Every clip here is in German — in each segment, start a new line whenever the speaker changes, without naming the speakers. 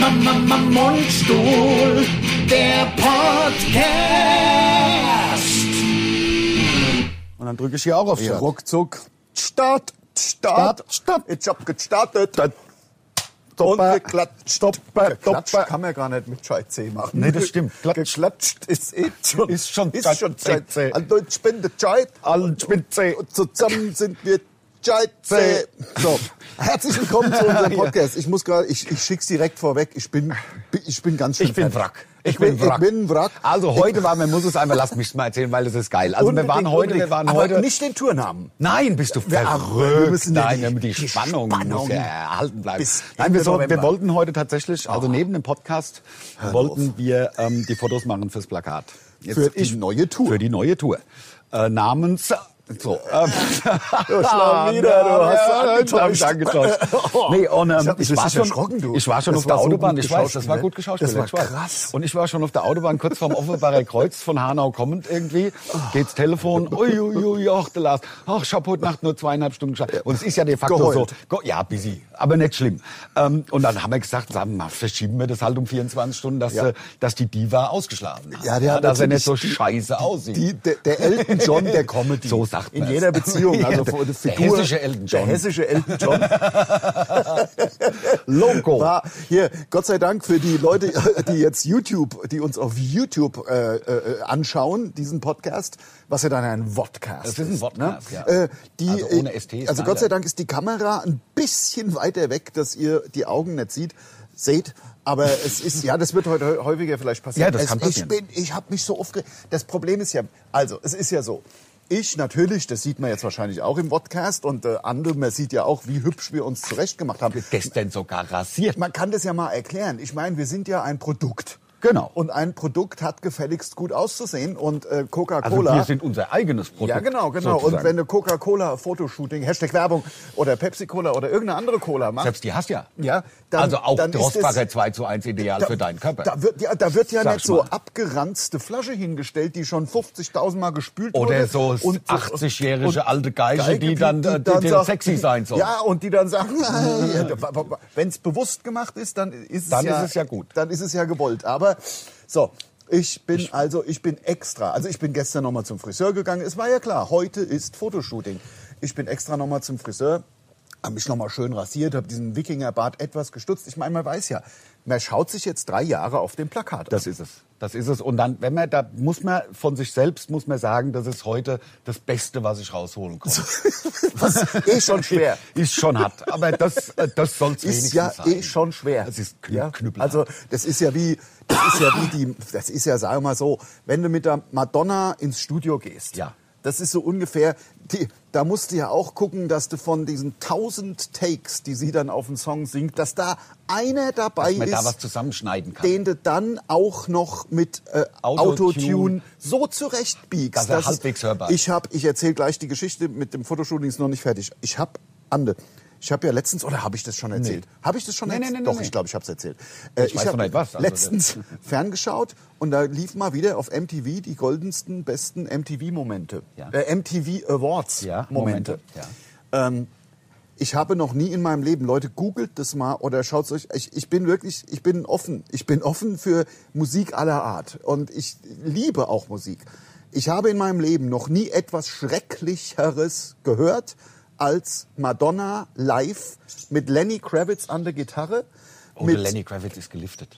am Mundstuhl, der Podcast.
Und dann drücke ich hier auch auf Start.
Ruckzuck.
Start, Start,
Start, Start.
Ich hab gestartet und
Stopper,
geklatscht.
Stopper,
Geklatscht
Stopper.
kann man gar nicht mit Schei C machen.
Nee, das stimmt. Klatsch.
Geklatscht ist eh schon.
Ist schon
ist schon
Schei
Schei
C.
C. Also ich bin der Schei
Allen Spitze.
und zusammen sind wir Schei C. So. Herzlich willkommen zu unserem Podcast. Ich muss gerade, ich, ich schick's direkt vorweg. Ich bin, ich bin ganz schön
Ich bin
fertig.
Wrack. Ich bin Wrack.
Ich bin Wrack.
Also heute waren wir, muss es einmal, lass mich mal erzählen, weil das ist geil. Also wir waren
Unbedingt,
heute, wir
unbedingt.
waren
Aber
heute.
Nicht den Tournamen.
Nein, bist du verrückt.
wir müssen ja
Nein,
die-
die,
die
Spannung, muss
Spannung
ja erhalten bleiben.
bis
Nein, wir,
Ende
so, wir
November.
wollten heute tatsächlich, also neben dem Podcast, wollten wir ähm, die Fotos machen fürs Plakat. Jetzt
Für die neue Tour.
Für die neue Tour. Äh, namens... So. Ähm, Ah,
Du schlau wieder, du hast
Ja,
angetäuscht.
hab ich angetäuscht. Nee, und, ähm,
Ich hab mich
ich, war
richtig
schon,
erschrocken, du.
ich war schon
Das
auf der
war so
Autobahn,
gut
ich weiß, ne? das war
geschauspielert.
gut geschauspielt.
Das war
ich weiß.
krass.
Und ich war schon auf der Autobahn kurz vorm Offenbarer Kreuz von Hanau kommend irgendwie. Geht's Telefon. Uiuiui, ach, der Lars. Ach, ich hab heute Nacht nur zweieinhalb Stunden geschafft. Und es ist ja de facto
Geheult.
so. Go- Ja, busy. Aber nicht schlimm. Ähm, und dann haben wir gesagt, sagen, wir, verschieben wir das halt um 24 Stunden, dass,
Ja.
äh, dass die Diva ausgeschlafen hat.
Ja, der hat
dass er nicht
natürlich
so scheiße aussieht.
Die, der, der Elton John der Comedy.
So sagt
In
man's.
jeder Beziehung.
Ja,
Also
der-
vor-
der
Figur-
hessische Elton John.
Der hessische Elton John.
Loco.
War hier, Gott sei Dank für die Leute, die jetzt YouTube, die uns auf YouTube äh, äh, anschauen, diesen Podcast, was ja dann ein Vodcast
Das ist ein Vodcast, ja.
Äh, die,
Also ohne ST
äh,
ist
Also Gott sei
leider.
Dank ist die Kamera ein bisschen weiter weg, dass ihr die Augen nicht sieht, seht. Aber es ist, ja, das wird heute häufiger vielleicht passieren.
Ja, das
es,
kann passieren.
Ich, bin, ich habe mich so aufgeregt. Das Problem ist ja, also es ist ja so. Ich natürlich, das sieht man jetzt wahrscheinlich auch im Podcast und äh, andere, man sieht ja auch, wie hübsch wir uns zurechtgemacht haben.
Gestern sogar rasiert.
Man kann das ja mal erklären. Ich meine, wir sind ja ein Produkt.
Genau.
Und ein Produkt hat gefälligst gut auszusehen und äh,
Also
Coca-Cola.
wir sind unser eigenes Produkt.
ja, genau, genau. Und
sozusagen.
wenn eine Coca-Cola Fotoshooting, Hashtag Werbung oder Pepsi-Cola oder irgendeine andere Cola macht,
Selbst die hast ja.
ja, dann,
also auch
dann ist
Rossbacher
das-
2 zu 1 ideal für deinen Körper.
Da wird ja, da wird ja
Sag
nicht
ich
so
mal.
abgeranzte Flasche hingestellt, die schon 50.000 Mal gespült
Oder
wurde.
so
und
80-jährige
und
alte Geige, die dann, äh, die- die
sagt-
sexy sein soll.
Ja, und die dann sagen, wenn es bewusst gemacht ist, dann ist es
Dann
ja
ist es ja gut.
Dann ist es ja gewollt. Aber so. Ich bin also, ich bin extra. Also ich bin gestern nochmal zum Friseur gegangen. Es war ja klar, heute ist Fotoshooting. Ich bin extra nochmal zum Friseur, habe mich nochmal schön rasiert, habe diesen Wikingerbart etwas gestutzt. Ich meine, man weiß ja, man schaut sich jetzt drei Jahre auf dem Plakat
Das ist es. Das ist es. Und dann, wenn man, da muss man von sich selbst, muss man sagen, das ist heute das Beste, was ich rausholen konnte.
Was eh schon schwer.
ist schon hart. Aber das, äh, das soll es wenigstens
Ist ja
sein.
eh schon schwer.
Das ist knü
ja?
knüppelhart.
Also das ist ja wie, das ist ja wie die, das ist ja, sagen wir mal so, wenn du mit der Madonna ins Studio gehst.
Ja.
Das ist so ungefähr, die, da musst du ja auch gucken, dass du von diesen tausend Takes, die sie dann auf den Song singt, dass da einer dabei
dass man
ist,
da was zusammenschneiden kann.
den du dann auch noch mit äh,
Autotune.
Autotune so zurechtbiegst.
Dass er
es-
halbwegs hörbar ist.
Ich habe, ich erzähle gleich die Geschichte mit dem Fotoshooting ist noch nicht fertig. Ich habe Ande. Ich habe ja letztens, oder habe ich das schon erzählt? Habe ich das schon
Nee,
erzählt?
nee, nee,
Doch,
nee.
ich glaube, ich habe es erzählt. Äh,
Ich weiß
hab
von etwas, also
letztens ferngeschaut und da lief mal wieder auf MTV die goldensten, besten MTV-Momente.
Ja.
Äh, MTV Awards-Momente.
Ja, Momente,
Ähm, ich habe noch nie in meinem Leben, Leute, googelt das mal oder schaut euch. Ich, ich bin wirklich, ich bin offen. Ich bin offen für Musik aller Art und ich liebe auch Musik. Ich habe in meinem Leben noch nie etwas Schrecklicheres gehört als Madonna live mit Lenny Kravitz an der Gitarre.
Und
mit
Oh,
Äh,
Lenny Kravitz ist geliftet.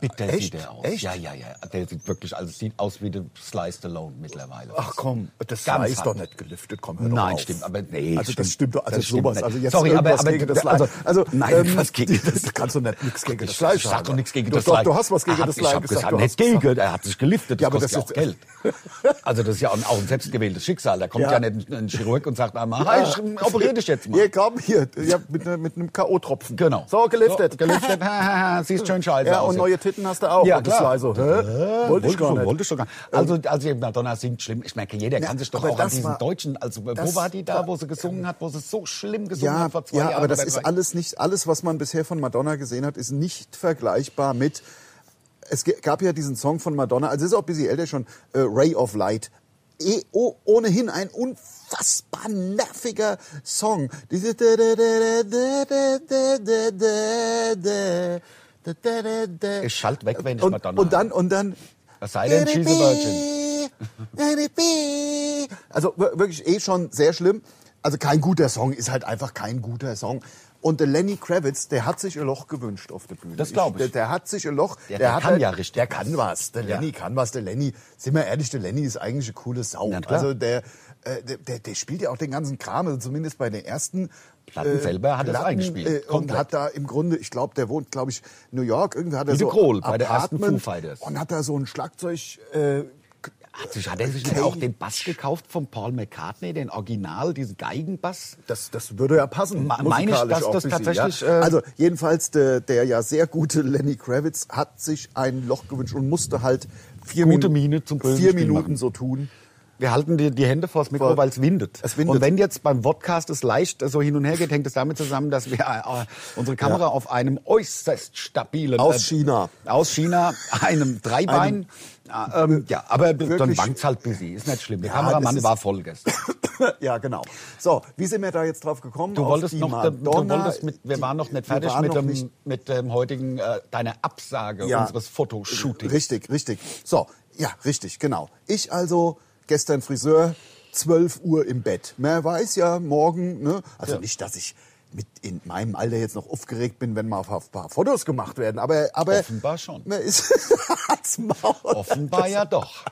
Bitter
echt?
sieht er aus.
Echt?
Ja, ja, ja. Der sieht wirklich, also sieht aus wie der Sliced Alone mittlerweile.
Ach komm, das
Ganz
Sly ist
hart.
doch nicht geliftet, komm, hör doch
Nein,
auf.
stimmt, aber nee.
Also das stimmt doch, also sowas,
nicht.
also jetzt
Sorry, aber,
irgendwas
aber
gegen das Sly.
also,
Also,
nein,
ähm,
was gegen das
das kannst du nicht nix gegen das
Ich-
Sly
Ich sag
sagen.
doch nichts gegen
Doch,
das
doch,
Sly.
du hast was gegen
er hat,
das Sly
ich hab
gesagt,
Gesagt,
du
nicht
hast was
gegen, er hat sich geliftet, das
Ja, aber
kostet ja auch
das
Geld. Also das ist ja auch ein selbstgewähltes Schicksal. Da kommt ja,
Ja.
nicht ein, ein Chirurg und sagt einmal, hey, ich operiere dich jetzt mal.
Hier, komm, hier, ja, mit, ne- mit einem K.O.-Tropfen.
Genau.
So, geliftet.
So, geliftet. Siehst schön scheiße
Ja,
aus.
und
jetzt.
neue Titten hast du auch.
Ja,
und das
klar.
war so, hä? Wollte ich gar
schon,
nicht.
Wollte ich schon gar nicht. Also, also Madonna singt schlimm. Ich merke, jeder kann sich doch
aber
auch an
das
diesen
war-
Deutschen, also wo
das
war die da,
war-
wo sie gesungen hat, wo sie so schlimm gesungen
Ja,
hat vor zwei
ja,
Jahren.
aber das
oder
ist
drei.
alles nicht, alles, was man bisher von Madonna gesehen hat, ist nicht vergleichbar mit, es ge- gab ja diesen Song von Madonna, also es ist auch ein bisschen älter schon, äh, Ray of Light. Eh, oh, ohnehin ein unfassbar nerviger Song. Diese da, da, da, da, da, da, da, da, da, da,
Es schallt weg, wenn ich
und,
Madonna
und dann und dann
Es sei denn, she's a virgin.
Also wir- wirklich eh schon sehr schlimm. Also kein guter Song ist halt einfach kein guter Song. Und der Lenny Kravitz, der hat sich ein Loch gewünscht auf der Bühne.
Das glaub ich.
Der, der hat sich ein Loch.
Der- der
hat
kann
halt-
ja richtig
Der kann was. Der
Ja.
Lenny kann was. Der Lenny, sind wir ehrlich, der Lenny ist eigentlich eine coole Sau.
Na klar.
also der, äh, der, der, der spielt ja auch den ganzen Kram. Also zumindest bei den ersten äh,
Platten selber hat er's eingespielt.
und
Komplett.
hat da im Grunde, ich glaube, der wohnt, glaube ich, New York. Irgendwie hat er
Wie
so
de Grohl bei der ersten
Apartment
Foo Fighters.
Und hat da so ein Schlagzeug. Äh,
Hat, sich, hat er sich nicht
Okay.
auch den Bass gekauft von Paul McCartney, den Original, diesen Geigenbass?
Das, das würde ja passen.
Ma- meine ich,
musikalisch
dass
auch
das
für Sie,
tatsächlich,
Ja?
äh,
Also jedenfalls der, der ja sehr gute Lenny Kravitz hat sich ein Loch gewünscht und musste halt vier,
Gute
Min-
Miene zum bösen
vier
Spiel
Minuten
machen.
so tun.
Wir halten die, die Hände vors Mikro,
Vor-
weil es windet.
Es windet.
Und wenn jetzt beim Podcast es leicht so hin und her geht, hängt es damit zusammen, dass wir äh, unsere Kamera auf einem äußerst stabilen... äh,
Aus China.
Aus China, einem Dreibein. äh, ähm, ja, aber dann
Wirklich-
wankt halt busy. Ist nicht schlimm. Der
Ja,
Kameramann
das ist-
war voll gestern.
ja, genau. So, wie sind wir da jetzt drauf gekommen?
Du
Auf
wolltest
die
noch... du
Madonna,
wolltest mit, wir
die-
waren noch nicht
wir
fertig
waren
mit,
noch
dem,
nicht-
mit dem heutigen... Äh, deiner Absage
Ja.
unseres Fotoshootings.
Richtig, richtig. So, ja, richtig, genau. Ich also gestern Friseur, 12 Uhr im Bett. Man weiß ja, morgen, ne? Also nicht, dass ich mit in meinem Alter jetzt noch aufgeregt bin, wenn mal ein paar, paar Fotos gemacht werden, aber... aber
Offenbar schon.
Man ist Halt's Maul.
Offenbar ja doch.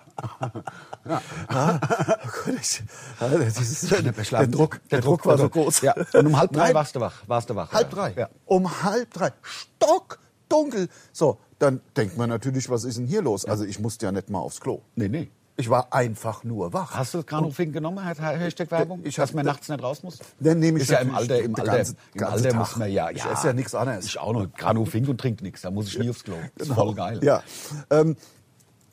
Ah, oh Gott, ich, also das ist, der,
beschlagen-
Druck, der, Druck, war so groß.
Ja. Und um halb drei
Nein,
warst du wach. Warst du wach
Halb
ja.
drei.
Ja.
Um halb drei. Stockdunkel. So, dann denkt man natürlich, was ist denn hier los? Also ich musste ja nicht mal aufs Klo.
Nee, nee.
Ich war einfach nur wach.
Hast du das Granufink genommen, Hat- hat- Hashtag Werbung?
Ich
dass
hab-
man nachts nicht raus muss?
Dann nehme ich
Ist ja im
natürlich
Alter, im
den
Alter,
ganzen-
im
ganzen
Alter
Tag.
muss man ja, ja.
Ich esse ja nichts anderes. genau.
Ich auch noch Granufink und trink nichts. Da muss ich nie aufs Klo. Das ist voll geil.
Ja. Ähm,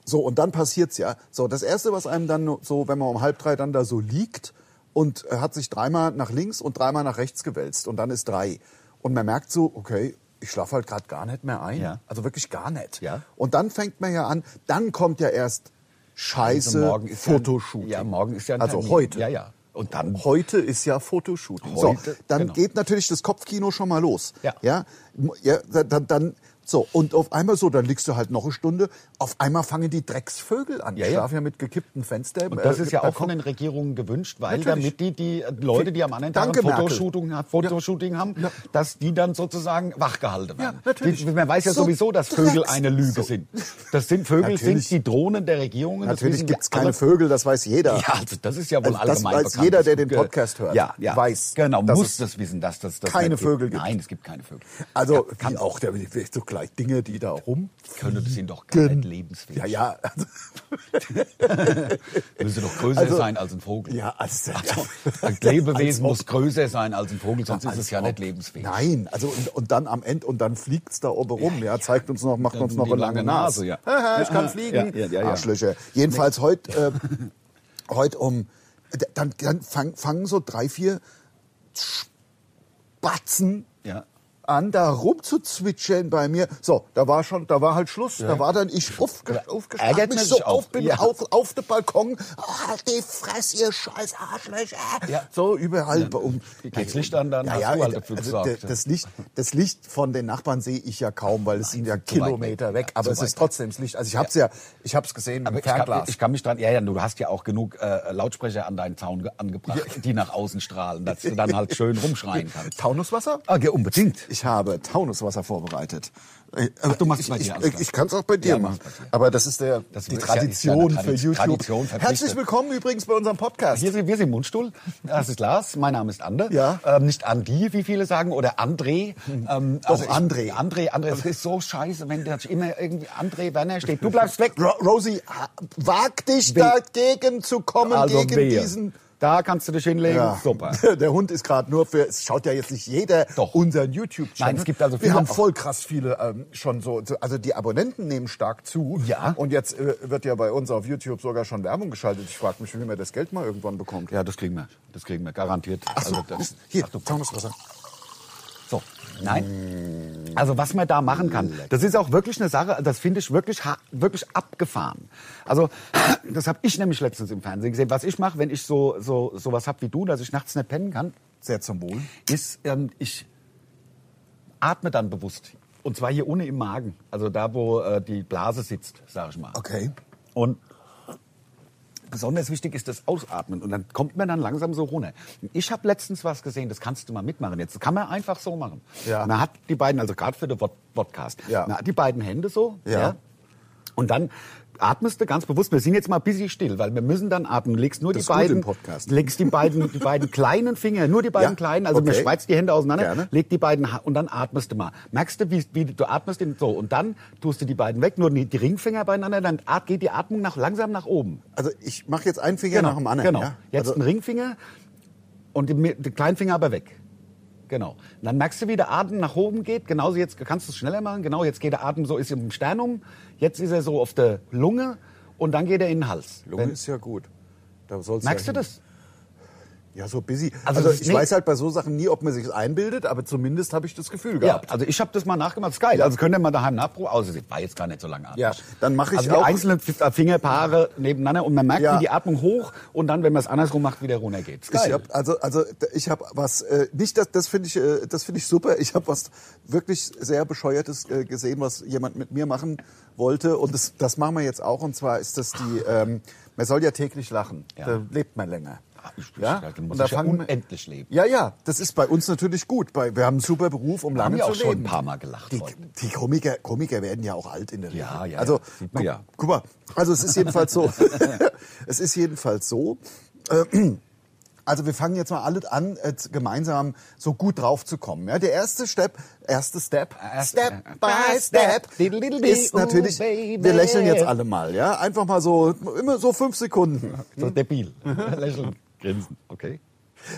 so, und dann passiert's ja. So, das Erste, was einem dann so, wenn man um halb drei dann da so liegt und äh, hat sich dreimal nach links und dreimal nach rechts gewälzt und dann ist drei. Und man merkt so, okay, ich schlafe halt gerade gar nicht mehr ein.
Ja.
Also wirklich gar nicht.
Ja.
Und dann fängt man ja an, dann kommt ja erst Scheiße,
Also morgen ist ja ein-
Fotoshooting.
ja, morgen ist ja ein
Also
Termin.
heute.
Ja, ja. Und dann
Heute ist ja Fotoshooting. so,
Heute,
dann
genau.
geht natürlich das Kopfkino schon mal los.
Ja.
Ja, m- ja da- dann, dann, so, und auf einmal so, dann liegst du halt noch eine Stunde, auf einmal fangen die Drecksvögel an.
Ja,
ich
ja.
schlafe ja mit gekippten Fenstern.
Und das
äh,
ist ja auch von
Balkon.
den Regierungen gewünscht, weil
Natürlich.
damit die, die Leute, die am anderen Tag
Danke,
ein
Merkel.
Fotoshooting, Fotoshooting haben,
Ja.
dass die dann sozusagen wachgehalten werden.
Ja, natürlich.
Die, man weiß ja
So
sowieso, dass Vögel
Drecks-
eine Lüge
So.
sind. Das sind Vögel,
Natürlich.
sind die Drohnen der Regierungen. das
Natürlich
wissen wir
gibt's keine
alle.
Vögel, das weiß jeder.
Ja, also das ist ja wohl
Also das
allgemein
weiß
bekannt.
jeder,
dass
der
du
den
ge-
Podcast hört,
ja, ja.
weiß,
Genau,
dass
muss
es
das wissen, dass das, das
keine
nicht
Vögel
gibt.
gibt.
Nein, es gibt keine Vögel.
Also, wie auch der, so gleich Dinge, die da rum.
Können das sind doch gar nicht lebensfähig.
Ja, ja. Also,
Müsste doch größer
Also-
sein als ein Vogel.
ja, also,
Ein
Als
Lebewesen
ob.
muss größer sein als ein Vogel, sonst ist es
Als
ja
ob.
nicht lebensfähig.
Nein, also und, und dann am Ende und dann fliegt's da oben rum. Ja, zeigt uns noch, macht
Dann um
uns noch
die
eine
lange
lange
Nase,
Nase.
ja.
Haha, ich kann fliegen.
ja, ja, ja.
Arschlöcher. Jedenfalls heute, äh, heute um, d- dann, dann fang, fangen so drei, vier Spatzen
Ja.
an, da rumzuzwitschern bei mir. So, da war schon, da war halt Schluss. Da war dann ich aufge, aufgestanden,
Ärgert
mich
man
so
sich auch,
auf, bin
ja.
auf, auf dem Balkon. Ah, halt die Fresse, ihr scheiß Arschlöcher.
Ja.
So, überall. um,
Geht's Licht an, dann
ja,
hast
ja,
du halt dafür
also
gesorgt.
d- das, Licht, das Licht von den Nachbarn sehe ich ja kaum, weil es sind ja
zu weit
Kilometer
weg.
weg.
Ja,
Aber
zu
es
weit
ist
weg.
trotzdem das Licht. Also ich habe es ja, ich habe es gesehen mit
Aber
dem
ich kann,
Fernglas.
ich kann mich dran, ja, ja, du hast ja auch genug äh, Lautsprecher an deinen Zaun ge- angebracht, die nach außen strahlen, dass du dann halt schön rumschreien kannst.
Taunuswasser?
Ah, ja, unbedingt.
Ich habe Taunuswasser vorbereitet. Äh,
Ach, du machst es bei
ich,
dir, alles
Ich,
klar.
ich kann es auch bei dir
Ja, mach's
machen.
bei dir.
Aber das ist der
Das
die
ist ja-
Tradition
ist ja eine
für
Tradi-
YouTube.
Tradition verpflichtet.
Herzlich willkommen übrigens bei unserem Podcast.
Hier sind wir sind Mundstuhl. Das ist Lars. Mein Name ist Ander.
Ja.
Ähm, nicht Andi, wie viele sagen, oder André. Ähm,
Doch, André.
Ich, André, André. Es ist so scheiße, wenn da immer irgendwie André Werner steht. Du bleibst weg.
Ro Rosie, ha- wag dich
Weh.
dagegen zu kommen, gegen
Also wehe.
diesen...
Da kannst du dich hinlegen. Super.
Der Hund ist gerade nur für, es schaut ja jetzt nicht jeder
Doch.
unseren YouTube-Channel.
Nein, es gibt also
Wir
viele
haben
auch-
voll krass viele ähm, schon so, so- also die Abonnenten nehmen stark zu.
Ja.
Und jetzt äh, wird ja bei uns auf YouTube sogar schon Werbung geschaltet. Ich frage mich, wie man das Geld mal irgendwann bekommt.
Ja, das kriegen wir. Das kriegen wir. Garantiert. Also das,
Hier,
Ach, du-
Taunuswasser.
So, nein. Also was man da machen kann, das ist auch wirklich eine Sache, das finde ich wirklich, ha- wirklich abgefahren. Also das habe ich nämlich letztens im Fernsehen gesehen. Was ich mache, wenn ich so, so sowas habe wie du, dass ich nachts nicht pennen kann,
Sehr zum Wohl.
ist, ähm, ich atme dann bewusst. Und zwar hier ohne im Magen. Also da, wo äh, die Blase sitzt, sag ich mal.
Okay.
Und besonders wichtig ist das Ausatmen. Und dann kommt man dann langsam so runter. Ich habe letztens was gesehen, das kannst du mal mitmachen jetzt. Das kann man einfach so machen.
Ja.
Man hat die beiden, also gerade für den Wod- Podcast,
Ja.
man hat die beiden Hände so.
Ja.
Und dann atmest du ganz bewusst. Wir sind jetzt mal ein bisschen still, weil wir müssen dann atmen. Legst nur
Das
die
ist gut
beiden,
im Podcast.
legst die beiden, die beiden kleinen Finger, nur die beiden
Ja.
kleinen. Also man
Okay.
spreizt die Hände auseinander,
Gerne.
leg die beiden Ha- und dann atmest du mal. Merkst du, wie, wie du atmest den, so und dann tust du die beiden weg, nur die, die Ringfinger beieinander, dann at, geht die Atmung nach langsam nach oben.
Also ich mache jetzt einen Finger nach dem anderen.
Genau.
Ja?
Jetzt
also,
ein Ringfinger und den, Mi- den kleinen Finger aber weg. Genau. Und dann merkst du, wie der Atem nach oben geht. Genauso jetzt kannst du es schneller machen. Genau, jetzt geht der Atem so, ist im Sternum. Jetzt ist er so auf der Lunge und dann geht er in den Hals.
Lunge
Wenn-
ist ja gut. Da soll's
merkst
ja
du
hin.
das?
Ja, so busy.
Also
Also,
das ist
ich
nicht-
weiß halt bei so Sachen nie, ob man sich einbildet, aber zumindest habe ich das Gefühl
Ja,
gehabt.
also ich habe das mal nachgemacht. Das ist geil. Also könnt ihr mal daheim nachprobieren. Außer sie war jetzt gar nicht so lange atmen.
Ja, dann mach ich
also
auch-
die einzelnen F- Fingerpaare nebeneinander und man merkt,
Ja.
wie die Atmung hoch und dann, wenn man es andersrum macht, wieder runter geht. Ist
Ich
geil.
hab, also, also d- ich habe was, äh, nicht das, das finde ich, äh, das finde ich super. Ich habe was wirklich sehr bescheuertes äh, gesehen, was jemand mit mir machen wollte und das, das machen wir jetzt auch. Und zwar ist das die, ähm, man soll ja täglich lachen,
Ja.
da lebt man länger.
Ah, ich- ich- dann muss ich ja
fangen wir-
unendlich leben.
Ja, ja, das ist bei uns natürlich gut. Bei, wir haben einen super Beruf, um lange
haben ja
zu
auch schon
leben.
ein paar Mal gelacht
Die,
heute.
die Komiker, Komiker werden ja auch alt in der Regel.
Ja, ja,
Also,
ja, sieht man ja.
guck mal, also es ist jedenfalls so. es ist jedenfalls so. äh, Also wir fangen jetzt mal alle an, äh, z- gemeinsam so gut drauf zu kommen. Ja, der erste Step, erste Step,
Erst- äh,
Step by Step,
diddle diddle diddle,
ist natürlich.
oh, baby.
Wir lächeln jetzt alle mal, ja, einfach mal so, immer so fünf Sekunden.
So debil.
Mhm.
Lächeln, grinsen. Okay.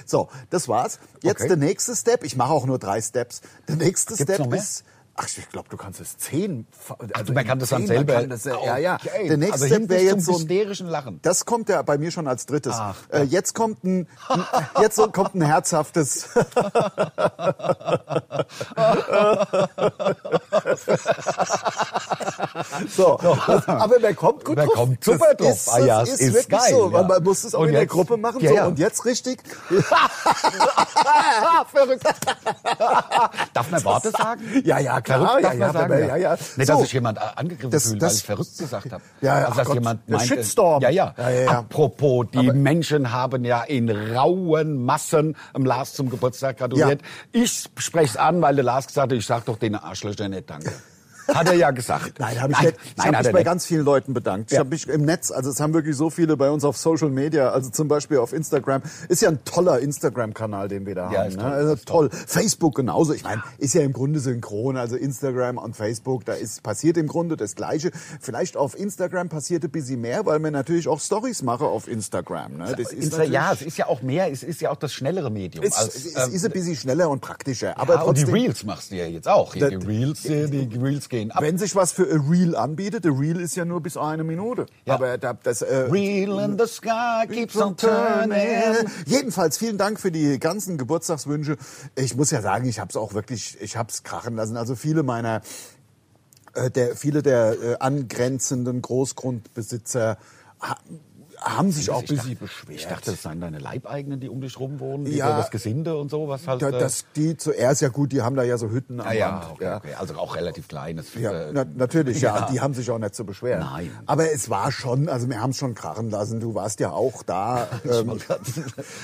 So, das war's. Jetzt
Okay.
der nächste Step. Ich mache auch nur drei Steps. Der nächste
Gibt's noch
Step
mehr?
ist. Ach, ich glaube, du kannst es zehn. fa-
Also man kann das dann
zehn,
selber.
man kann das, äh, ja, ja.
Okay.
Der nächste
Also hin
Step wäre
bis
jetzt
zum
so. Ein,
hysterischen Lachen.
das kommt ja bei mir schon als drittes.
Ach,
äh, jetzt kommt ein, ein jetzt so kommt ein herzhaftes. so, das, aber wer kommt gut
Wer
drauf?
kommt super
das
drauf.
Ist,
Ah
das
ja, es
ist,
ist
wirklich
geil,
so. weil
ja.
Man muss es auch
Und
in der
jetzt-
Gruppe machen.
Ja,
so,
ja.
Und jetzt richtig.
Verrückt. Darf man Worte sagen?
Ja, ja, klar.
Verrückt
ja,
darf
ja,
man sagen.
aber-
Ja,
ja, ja.
Nicht,
So.
dass ich jemand äh, angegriffen
Das-
fühle,
das-
weil ich verrückt gesagt habe.
Ja, ja,
also,
ach
dass
Gott,
jemand
der
meint,
Shitstorm.
Ja, ja.
Ja, ja, ja.
Apropos, die Menschen haben ja in rauen Massen im Lars zum Geburtstag gratuliert. Ich spreche es an, weil der Lars gesagt hat, ich sag doch den Arschlöcher nicht danke. Hat er ja gesagt.
Nein, habe ich nicht. Ich
Nein,
habe
hat
mich
er
bei
nicht.
ganz vielen Leuten bedankt. Ich
Ja.
habe mich im Netz, also es haben wirklich so viele bei uns auf Social Media, also zum Beispiel auf Instagram. Ist ja ein toller Instagram-Kanal, den wir da
Ja,
haben.
ist
ne?
toll,
also
ist
toll. Facebook genauso. Ich meine, ist ja im Grunde synchron. Also Instagram und Facebook, da ist passiert im Grunde das Gleiche. Vielleicht auf Instagram passierte ein bisschen mehr, weil man natürlich auch Stories mache auf Instagram. Ne? Das ist
Insta
natürlich-
ja, es ist ja auch mehr, es ist ja auch das schnellere Medium.
es,
als,
es
ähm,
ist ein bisschen schneller und praktischer. Aber
ja, und die
trotzdem,
Reels machst du ja jetzt auch. Hier,
Da-
die, Reels, äh, die Reels gehen ab.
Wenn sich was für a Reel anbietet, a Reel ist ja nur bis eine Minute.
Ja.
Aber da, das äh,
Reel in the sky keeps on turning.
Jedenfalls vielen Dank für die ganzen Geburtstagswünsche. Ich muss ja sagen, ich habe es auch wirklich, ich habe es krachen lassen. Also viele meiner, äh, der, viele der äh, angrenzenden Großgrundbesitzer ha, haben sich auch ein
Ich dachte-
bisschen beschwert.
Ich dachte, das seien deine Leibeigenen, die um dich rum wohnen, die
Ja.
so das Gesinde und so, was halt.
da,
äh,
dass die zuerst ja gut, die haben da ja so Hütten am
ah, ja,
Rand.
okay,
ja.
okay. Also auch relativ kleines.
Ja,
äh,
na, natürlich, ja. Die haben sich auch nicht zu beschweren.
Nein.
Aber es war schon, also wir haben es schon krachen lassen. Du warst ja auch da. Ähm,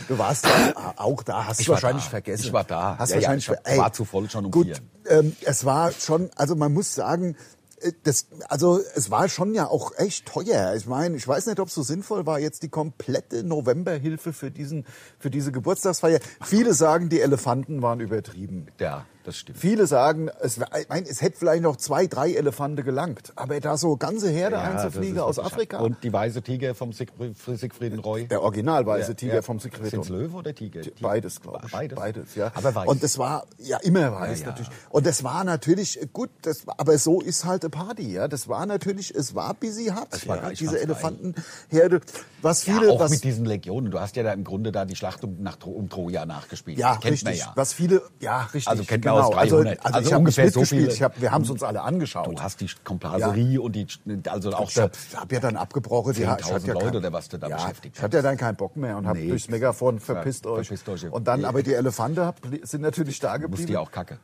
du warst ja auch da, hast
Ich
es
war
wahrscheinlich
da.
vergessen.
Ich war da.
Hast
Ja, ja,
wahrscheinlich
ich hab-
ver- Ey,
war zu voll schon um
Gut,
vier.
ähm, es war schon, also man muss sagen, äh, das, also es war schon ja auch echt teuer. Ich meine, ich weiß nicht, ob es so sinnvoll war, jetzt die komplette Novemberhilfe für diesen, für diese Geburtstagsfeier. Viele sagen, die Elefanten waren übertrieben.
ja, das stimmt.
Viele sagen, es, wär- ich mein, es hätte vielleicht noch zwei, drei Elefante gelangt. Aber da so ganze Herde
Ja, das
einzufliegen
ist
aus
wirklich-
Afrika.
Und die weiße Tiger vom Siegfried, Siegfrieden Roy.
der originalweise
Ja,
Tiger
ja.
vom Sekret.
Sind's Löwe oder Tiger?
Beides, glaube ich.
Beides.
ja.
Aber weiß.
Und das war, ja, immer weiß
Ja, ja.
natürlich. Und das war natürlich, äh, gut, das, war- aber so ist halt eine Party, ja. Das war natürlich, es war busy hart,
Es war
ja,
geil, ich
diese
fand's geil.
Elefantenherde. Was
Ja,
viele,
auch
was,
mit diesen Legionen. Du hast ja da im Grunde da die Schlacht um, nach, Tro- um Troja nachgespielt.
Ja,
kennt
richtig.
Man ja.
Was viele, ja, richtig.
Also kennt man aus 300.
Also, also,
Also
ich habe nicht
ungefähr so
mitgespielt.
viele.
ich hab, wir haben es uns alle angeschaut.
Du hast die Komplaserie und die, also auch
Ich
der,
hab, ich hab ja dann abgebrochen. die- ich
10.000
hatte ja
Leute,
kein-
oder was du da
ja,
beschäftigt
Ich hatte ja dann keinen Bock mehr und hab
Nee.
durchs Megafon verpisst
Ja,
euch.
verpisst euch.
Und dann, aber die Elefante hab- sind natürlich da
musst
geblieben.
ja auch kacke.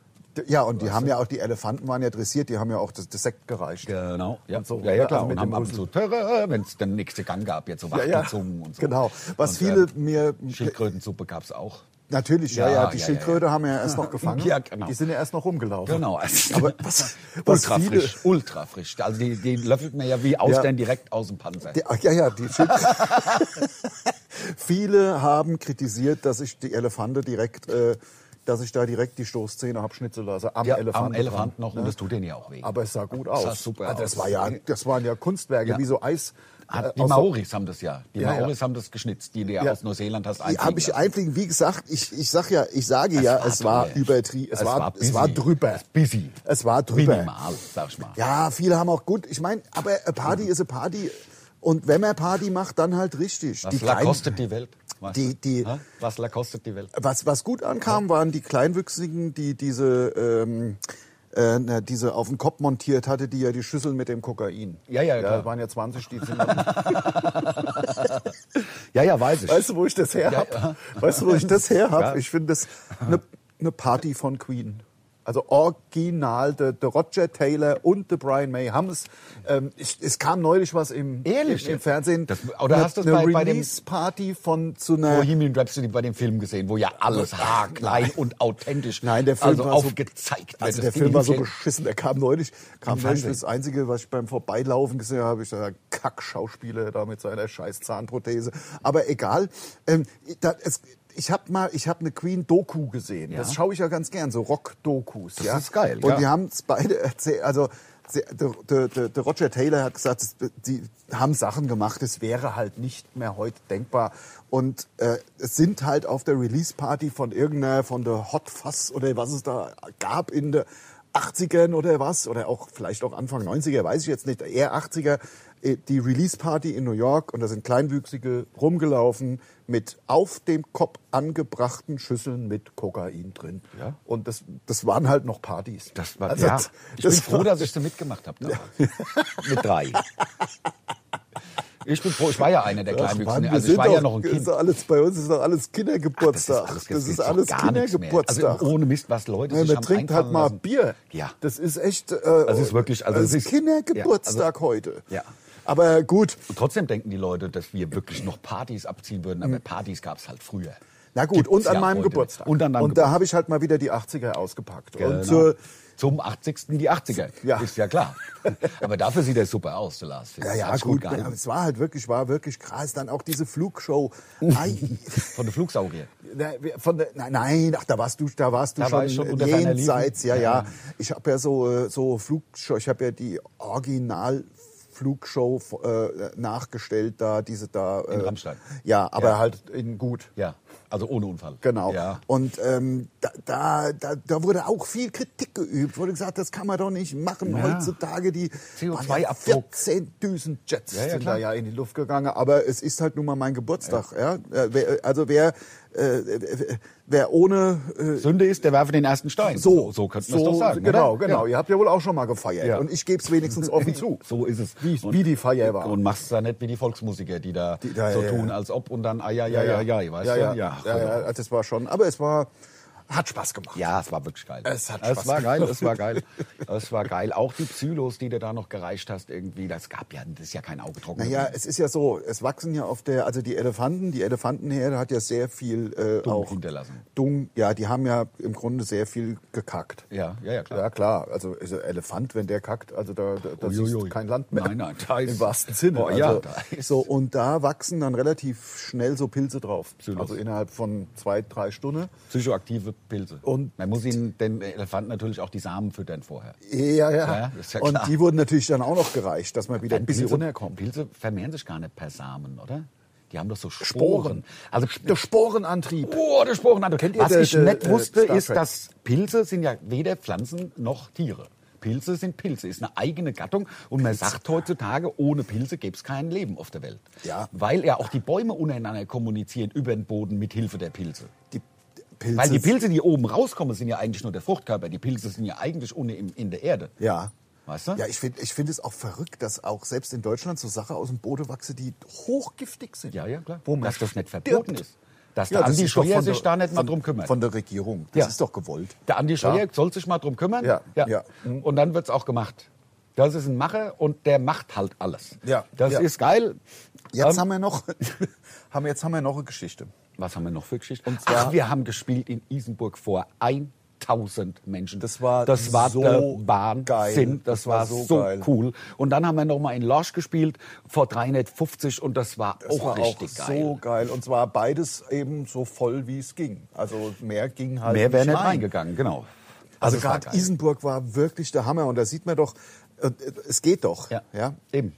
Ja, und die haben ja auch, die Elefanten waren ja dressiert, die haben ja auch das, das Sekt gereicht.
Genau, ja,
Und so.
ja, ja klar.
Also mit
und haben
dem
ab und zu, wenn es den nächsten Gang gab, jetzt so Wachtelzungen und so.
Genau. Was
Und,
viele
äh,
mir
Schildkrötensuppe gab es auch.
Natürlich, ja,
Ja,
ja, die
ja, ja,
Schildkröte haben wir ja erst noch gefangen.
Ja, genau.
Die sind ja erst noch rumgelaufen.
Genau. Also,
Aber was, was
ultra
viele,
frisch, ultra frisch. Also die, die löffelt man ja wie Austern direkt aus dem Panzer.
die, ach, ja, ja, die Schildkröte. viele haben kritisiert, dass ich die Elefante direkt, äh, dass ich da direkt die Stoßzähne hab schnitzeln lassen. Am
ja,
Elefant.
am Elefant noch, und das tut denen ja auch weh.
ne? Aber es sah gut
Das
aus.
sah super
also das
aus.
war ja, das waren ja Kunstwerke,
Ja.
wie so Eis. äh,
Hat, die
aus der-
Maoris haben das ja. Die
Ja, ja.
Maoris haben das geschnitzt, die du ja,
Ja.
aus Neuseeland hast
Die habe ich
lassen.
einfliegen, wie gesagt, ich, ich sag ja, ich sage ja, es war
drüber.
übertrieben, es, war,
busy.
es war drüber.
Es busy.
Es war drüber.
Minimal, sag ich mal.
Ja, viele haben auch gut. Ich meine, aber a Party ist eine Party. Und wenn man Party macht, dann halt richtig.
Was
Die
la
Klein-
kostet die Welt? Weißt
Die-
du?
die-
Hä? was la kostet die Welt?
was, was gut ankam, waren die Kleinwüchsigen, die diese, ähm, äh, na, diese auf den Kopf montiert hatte, die ja die Schüssel mit dem Kokain.
Ja, ja, klar.
Ja, waren ja 20, die sind noch-
Ja, ja, weiß ich.
Weißt du, wo ich das her hab?
Ja,
Weißt du, wo ich das her hab?
Ja.
Ich finde das eine ne Party von Queen. Also original, der der Roger Taylor und der Brian May haben es. Ähm, ich, es kam neulich was im,
Ehrlich?
im, im Fernsehen.
Das- oder hast du es
eine
bei- bei dem-
Release-Party von zu einer
Bohemian Rhapsody bei dem Film gesehen, wo ja alles haarklein und authentisch
Äh, Nein, der Film
also
war so-
aufgezeigt wird. Das
Also der
ging
Film war so
nicht.
beschissen, der kam neulich. Kam
Im
neulich
Fernsehen.
das Einzige, was ich beim Vorbeilaufen gesehen habe, ich dachte, Kack-Schauspieler da mit seiner scheiß Zahnprothese. Aber egal. Ähm, da, es, ich habe mal, ich habe eine Queen-Doku gesehen. Das schaue ich ja ganz gern, so Rock-Dokus. Das ja?
ist geil,
Und
ja.
die haben es beide erzählt, also sie- der, der, der, der Roger Taylor hat gesagt, es- die haben Sachen gemacht, es wäre halt nicht mehr heute denkbar. Und äh, es sind halt auf der Release-Party von irgendeiner, von der Hot Fuss oder was es da gab in der 80ern oder was, oder auch vielleicht auch Anfang 90er, weiß ich jetzt nicht, eher 80er, äh, die Release-Party in New York und da sind Kleinwüchsige rumgelaufen mit auf dem Kopf angebrachten Schüsseln mit Kokain drin.
Ja.
Und das, das waren halt noch Partys.
Das war,
Also,
ja.
das-
Ich
das
bin froh,
war-
dass ich so mitgemacht habe damals. Mit drei. Ich bin froh, ich war ja einer der
Ach, Mann,
Kleinwüchsigen.
wir
Also ich
sind
war ja
doch-
noch ein Kind.
Ist doch alles, bei uns ist doch alles Kindergeburtstag.
Ach,
das ist
gibt's doch
alles,
gar nichts mehr.
Kindergeburtstag.
Also ohne Mist, was Leute
Man
sich haben
trinkt halt
einfallen
mal
lassen.
Bier.
Ja.
Das ist echt. Äh,
Das ist wirklich- also
das
das
ist
ist-
Kindergeburtstag
ja, also-
heute.
Ja.
Aber gut,
Und trotzdem denken die Leute, dass wir wirklich noch Partys abziehen würden.
Mhm.
Aber Partys gab es halt früher.
na gut,
Gibt's
und an
ja
meinem
heute.
Geburtstag.
Und an deinem
da habe ich halt mal wieder die 80er ausgepackt. Und
Genau.
zur,
zum 80. die 80er.
Ja.
Ist ja klar. Aber dafür sieht er super aus, der Lars.
ja, ja,
Hat's
gut,
gehalten.
aber es war halt wirklich, war wirklich krass. Dann auch diese Flugshow. Ei.
Von der Flugsaurier.
Na, wir- Von der, nein, nein, ach, da warst du, da warst du
Da
schon,
war ich schon unter deiner
jenseits, ja,
Lieben.
ja.
Ja,
Ich habe ja so äh, so Flugshow, ich habe ja die Original Flugshow äh, nachgestellt da, diese da. Äh,
In Rammstein.
Ja, aber
Ja.
halt in gut.
Ja, also ohne Unfall.
Genau.
Ja.
Und ähm, da, da, da, da wurde auch viel Kritik geübt. Wurde gesagt, das kann man doch nicht machen
Ja.
heutzutage. Die
CO2
waren ja
Abdruck.
14.000 Jets
Ja, ja,
sind da
klar.
ja in die Luft gegangen. Aber es ist halt nun mal mein Geburtstag. Ja. Äh, wer, also wer, äh, wer ohne... Äh,
Sünde ist, der werfe den ersten Stein.
so,
so könnte man es doch sagen.
Genau,
oder?
genau.
Ja.
Ihr habt ja wohl auch schon mal gefeiert.
Ja.
Und ich gebe es wenigstens offen zu.
So ist es.
Wie- wie die Feier war.
Und machst da nicht wie die Volksmusiker, die da
ja,
so
ja,
tun,
ja.
als ob und dann, ah, ja, ja, ja, ja, weißt
ja,
du?
ja. Ja, ja, Das war schon... Aber es war... Hat Spaß gemacht.
Ja, es war wirklich geil.
Es hat Spaß
es war geil,
gemacht.
es war geil. Es war geil. Auch die Psylos, die du da noch gereicht hast, irgendwie, das gab ja, das ist ja kein Auge trocken.
Naja, es ist ja so, es wachsen ja auf der, also die Elefanten, die Elefantenherde hat ja sehr viel äh,
Dung
auch
hinterlassen.
Dung, ja, die haben ja im Grunde sehr viel gekackt.
Ja, ja, ja, klar.
Ja, klar. Also also Elefant, wenn der kackt, also da, da, da
Uiuiui.
siehst du kein Land mehr.
Nein, nein, da ist-
Im wahrsten Sinne.
Oh, ja,
also,
da ist-
so, und da wachsen dann relativ schnell so Pilze drauf.
Psylos.
Also innerhalb von zwei, drei Stunden.
Psychoaktive Pilze.
Und-
man muss ihnen den Elefanten natürlich auch die Samen füttern vorher.
Ja, ja.
Ja, ist ja
und
klar.
die wurden natürlich dann auch noch gereicht, dass man wieder ein bisschen
Pilze,
runterkommt.
Pilze vermehren sich gar nicht per Samen, oder? Die haben doch so Sporen.
Sporen.
Also
Der Sporenantrieb.
Oh, der Sporenadler.
Kennt ihr
Was
der-
ich
der-
nicht
äh,
wusste,
Star
ist,
Trek?
dass Pilze sind ja weder Pflanzen noch Tiere. Pilze sind Pilze, ist eine eigene Gattung. Und man sagt heutzutage, ohne Pilze gäbe es kein Leben auf der Welt.
Ja.
Weil ja auch die Bäume untereinander kommunizieren über den Boden mit Hilfe der Pilze.
Die Pilze
Weil die Pilze, die oben rauskommen, sind ja eigentlich nur der Fruchtkörper. Die Pilze sind ja eigentlich ohne in, in der Erde.
Ja.
Weißt du?
Ja, ich finde ich find es auch verrückt, dass auch selbst in Deutschland so Sachen aus dem Boden wachsen, die hochgiftig sind.
Ja, ja, klar.
Wo man
Dass das nicht
stirbt.
verboten ist. Dass
Ja,
der
das
Andi
ist doch
Scheuer
von
sich
der-
da nicht mal
von-
drum kümmert.
Von der Regierung. Das
Ja.
ist doch gewollt.
Der Andi
Klar.
Scheuer soll sich mal drum kümmern. Mhm.
Ja, ja.
Und dann wird's auch gemacht. Das ist ein Macher und der macht halt alles.
Ja,
Das
ja.
ist geil.
Jetzt
Ähm,
haben wir noch, haben, jetzt haben wir noch eine Geschichte.
was haben wir noch für Geschichte?
Und zwar-
Ach, wir haben gespielt in Isenburg vor 1000 Menschen.
Das war
das war
so
der Wahnsinn.
geil.
Das, war, so,
geil.
cool. Und dann haben wir noch mal in Lorsch gespielt vor 350 und das war
Das
auch
war
richtig
Oh, auch
geil.
so geil. Und zwar beides eben so voll, wie es ging. Also mehr ging halt
Mehr wäre
nicht
nicht
rein.
reingegangen, genau.
Also,
es war
gerade
geil.
Isenburg war wirklich der Hammer. Und da sieht man doch, äh, es geht doch.
Ja. Eben.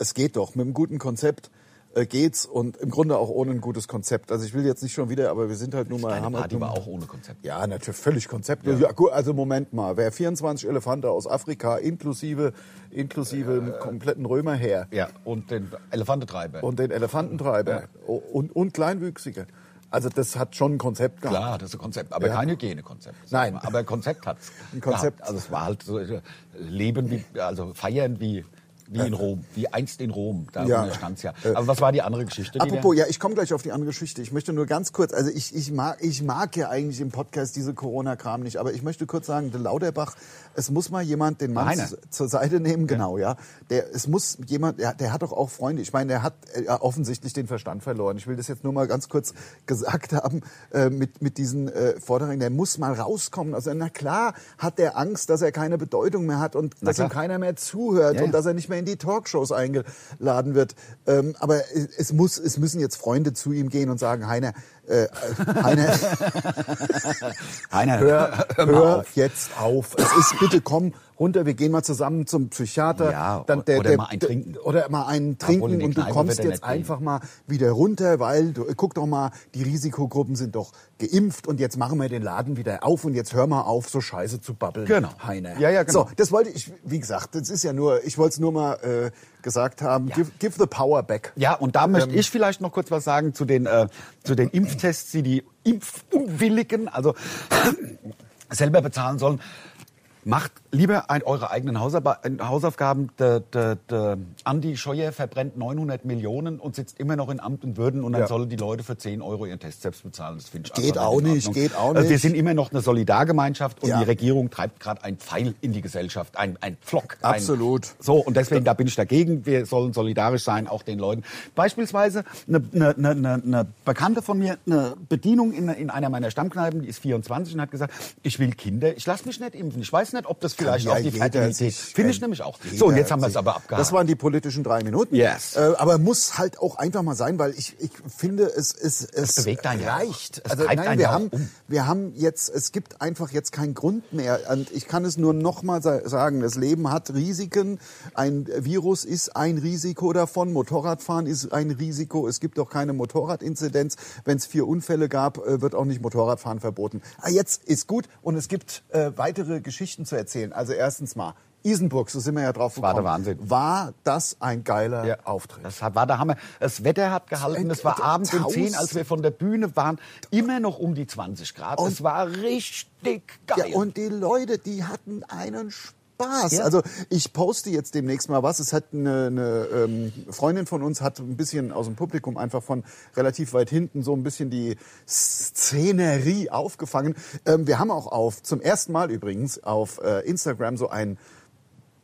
es geht doch. Mit einem guten Konzept äh, geht's und im Grunde auch ohne ein gutes Konzept. Also ich will jetzt nicht schon wieder, aber wir sind halt nun mal
Deine
haben halt
Party
nun-
war auch ohne Konzept.
Ja, natürlich völlig konzeptlos. Ja. gut, also Moment mal, wer 24 Elefante aus Afrika inklusive inklusive dem kompletten Römerheer
Äh. Ja, und den Elefantentreiber.
und den Elefantentreiber o- und und Kleinwüchsige. Also das hat schon ein Konzept gehabt.
Klar, das ist ein Konzept, aber
Ja.
kein Hygienekonzept. sag
Nein.
mal. aber ein Konzept hat's.
Ein Konzept.
gehabt. Also es war halt so äh, Leben wie, also feiern wie wie in Rom, wie einst in Rom. Da
Ja. Äh.
stand's ja. Aber was war die andere Geschichte? die
Apropos,
wir-
ja, ich komme gleich auf die andere Geschichte. Ich möchte nur ganz kurz, also ich, ich, mag, ich mag ja eigentlich im Podcast diese Corona-Kram nicht, aber ich möchte kurz sagen, der Lauderbach, es muss mal jemand den Mann
Heiner.
zu, zur Seite nehmen, genau, ja. Der, es muss jemand, der, der hat doch auch Freunde. Ich meine, der hat äh, ja, offensichtlich den Verstand verloren. Ich will das jetzt nur mal ganz kurz gesagt haben äh, mit, mit diesen äh, Forderungen. Der muss mal rauskommen. Also na klar hat der Angst, dass er keine Bedeutung mehr hat und dass
klar.
ihm keiner mehr zuhört
Ja,
und
ja.
dass er nicht mehr in die Talkshows eingeladen wird. Ähm, aber es, muss, es müssen jetzt Freunde zu ihm gehen und sagen, Heiner, äh, Heiner,
Heiner,
hör,
hör mal
hör
auf.
jetzt auf. Es ist, bitte komm runter, wir gehen mal zusammen zum Psychiater.
Ja, oder mal einen trinken.
Oder mal einen
Obwohl,
trinken
in die
und du
Kneipe
kommst
wird er nicht
jetzt
gehen.
einfach mal wieder runter, weil, du, guck doch mal, die Risikogruppen sind doch geimpft und jetzt machen wir den Laden wieder auf und jetzt hör mal auf, so scheiße zu babbeln,
Genau.
Heiner.
Ja, ja, genau.
So, das wollte ich, wie gesagt, das ist ja nur, ich wollte es nur mal äh, gesagt haben, give, give the power back.
Ja, und da möchte
Ähm.
ich vielleicht noch kurz was sagen zu den, äh, zu den Impftests, die die Impfunwilligen also selber bezahlen sollen. Macht lieber ein, eure eigenen Hausarbe- äh, Hausaufgaben. Der, der, der Andi Scheuer verbrennt 900 Millionen und sitzt immer noch in Amt und Würden und dann
Ja.
sollen die Leute für 10 Euro ihren Test selbst bezahlen. Das finde ich
Geht
einfach
auch
in
nicht,
Ordnung.
geht auch
Also Wir
nicht.
sind immer noch eine Solidargemeinschaft und
Ja.
die Regierung treibt gerade einen Pfeil in die Gesellschaft, ein, ein Pflock. ein-
Absolut.
so, und deswegen, da bin ich dagegen. Wir sollen solidarisch sein, auch den Leuten. Beispielsweise eine, eine, eine- eine, eine Bekannte von mir, eine Bedienung in, in einer meiner Stammkneipen, die ist 24 und hat gesagt, ich will Kinder, ich lasse mich nicht impfen. Ich weiß nicht, ob das vielleicht
Kann
auch
ja
die
jeder
Fertilität...
sich-
Finde ich
kann
nämlich auch. So,
jeder
und jetzt haben wir es
sich-
aber abgehakt.
Das waren die politischen drei Minuten.
Yes.
Äh, aber muss halt auch einfach mal sein, weil ich, ich finde, es, es, es
bewegt einen ja auch.
reicht.
Es
also,
treibt
nein,
einen
wir
ja auch
haben,
um.
wir haben jetzt, es gibt einfach jetzt keinen Grund mehr. Und ich kann es nur noch mal sa- sagen, das Leben hat Risiken. Ein Virus ist ein Risiko davon. Motorradfahren ist ein Risiko. Es gibt auch keine Motorradinzidenz. Wenn es vier Unfälle gab, äh, wird auch nicht Motorradfahren verboten. Ah, jetzt ist gut und es gibt äh, weitere Geschichten zu erzählen. Also erstens mal. Isenburg, so sind wir ja drauf
war
gekommen.
der Wahnsinn.
War das ein geiler
Ja.
Auftritt?
Das war der Hammer. Das Wetter hat gehalten. Es war
Äh,
abends um
tausend-
10, als wir von der Bühne waren, immer noch um die 20 Grad.
Und-
Es war richtig geil.
Ja, und die Leute, die hatten einen Spaß.
Ja.
Also ich poste jetzt demnächst mal was. Es hat eine, eine ähm, Freundin von uns hat ein bisschen aus dem Publikum einfach von relativ weit hinten so ein bisschen die Szenerie aufgefangen. Ähm, wir haben auch auf zum ersten Mal übrigens auf äh, Instagram so ein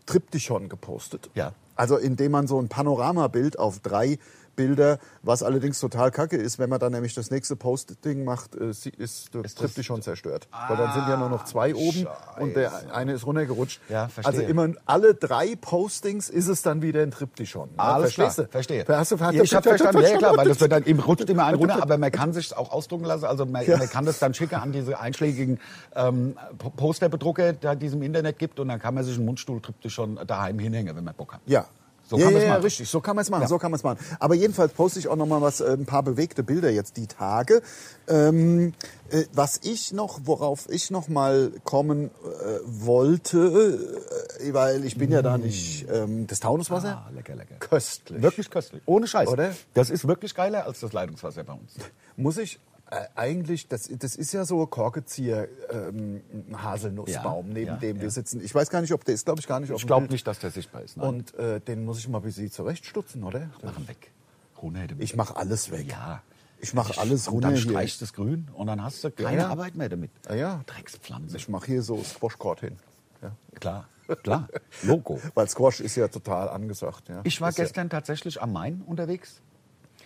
Triptychon gepostet.
Ja.
Also indem man so ein Panoramabild auf drei Bilder, was allerdings total kacke ist, wenn man dann nämlich das nächste Posting macht, äh, sie- ist das
das- Ah,
Triptychon zerstört. Weil dann sind ja nur noch zwei oben und der eine ist runtergerutscht.
Ja, verstehe.
Also immer alle drei Postings ist es dann wieder ein Triptychon. Ja,
Alles klar,
verstehst du?
verstehe.
Hast du, hast
ja, ich
du-
habe verstanden, ja klar, weil das wird dann eben rutscht immer ein runter, aber man kann sich auch ausdrucken lassen. Also man,
Ja.
man kann das dann schicken an diese einschlägigen ähm, Po- Posterbedrucker, da die es im Internet gibt, und dann kann man sich einen Mundstuhl schon daheim hinhängen, wenn man Bock hat.
Ja.
So
ja,
kann
ja,
man's
ja,
machen.
richtig. So kann man es machen. So kann man es machen. Aber jedenfalls poste ich auch noch mal was, äh, ein paar bewegte Bilder jetzt die Tage. Ähm, äh, was ich noch, worauf ich noch mal kommen äh, wollte, äh, weil ich bin ja da nicht ähm, das Taunuswasser.
Mm. Ah, lecker, lecker.
Köstlich.
Wirklich köstlich. Ohne Scheiß.
Oder?
Das ist wirklich geiler als das Leitungswasser bei uns.
Muss ich äh, eigentlich, das, das ist ja so Korkenzieher, ähm, ein Haselnussbaum,
Ja,
neben
ja,
dem
ja.
wir sitzen. Ich weiß gar nicht, ob der ist, glaube ich, gar nicht auf
Ich
dem
glaube
Bild.
nicht, dass der sichtbar ist. Nein.
Und äh, den muss ich mal ein bisschen zurechtstutzen, oder?
machen weg. Krone hätte
Ich mache alles weg.
Ja.
Ich mache alles
Und
runter
dann
hier.
streichst du es grün und dann hast du keine
ja.
Arbeit mehr damit.
Ja, ja.
Dreckspflanze.
Ich mache hier so Squashcourt hin. Ja.
Klar, klar. Logo.
Weil Squash ist ja total angesagt. Ja.
Ich war
ist
gestern tatsächlich am Main unterwegs.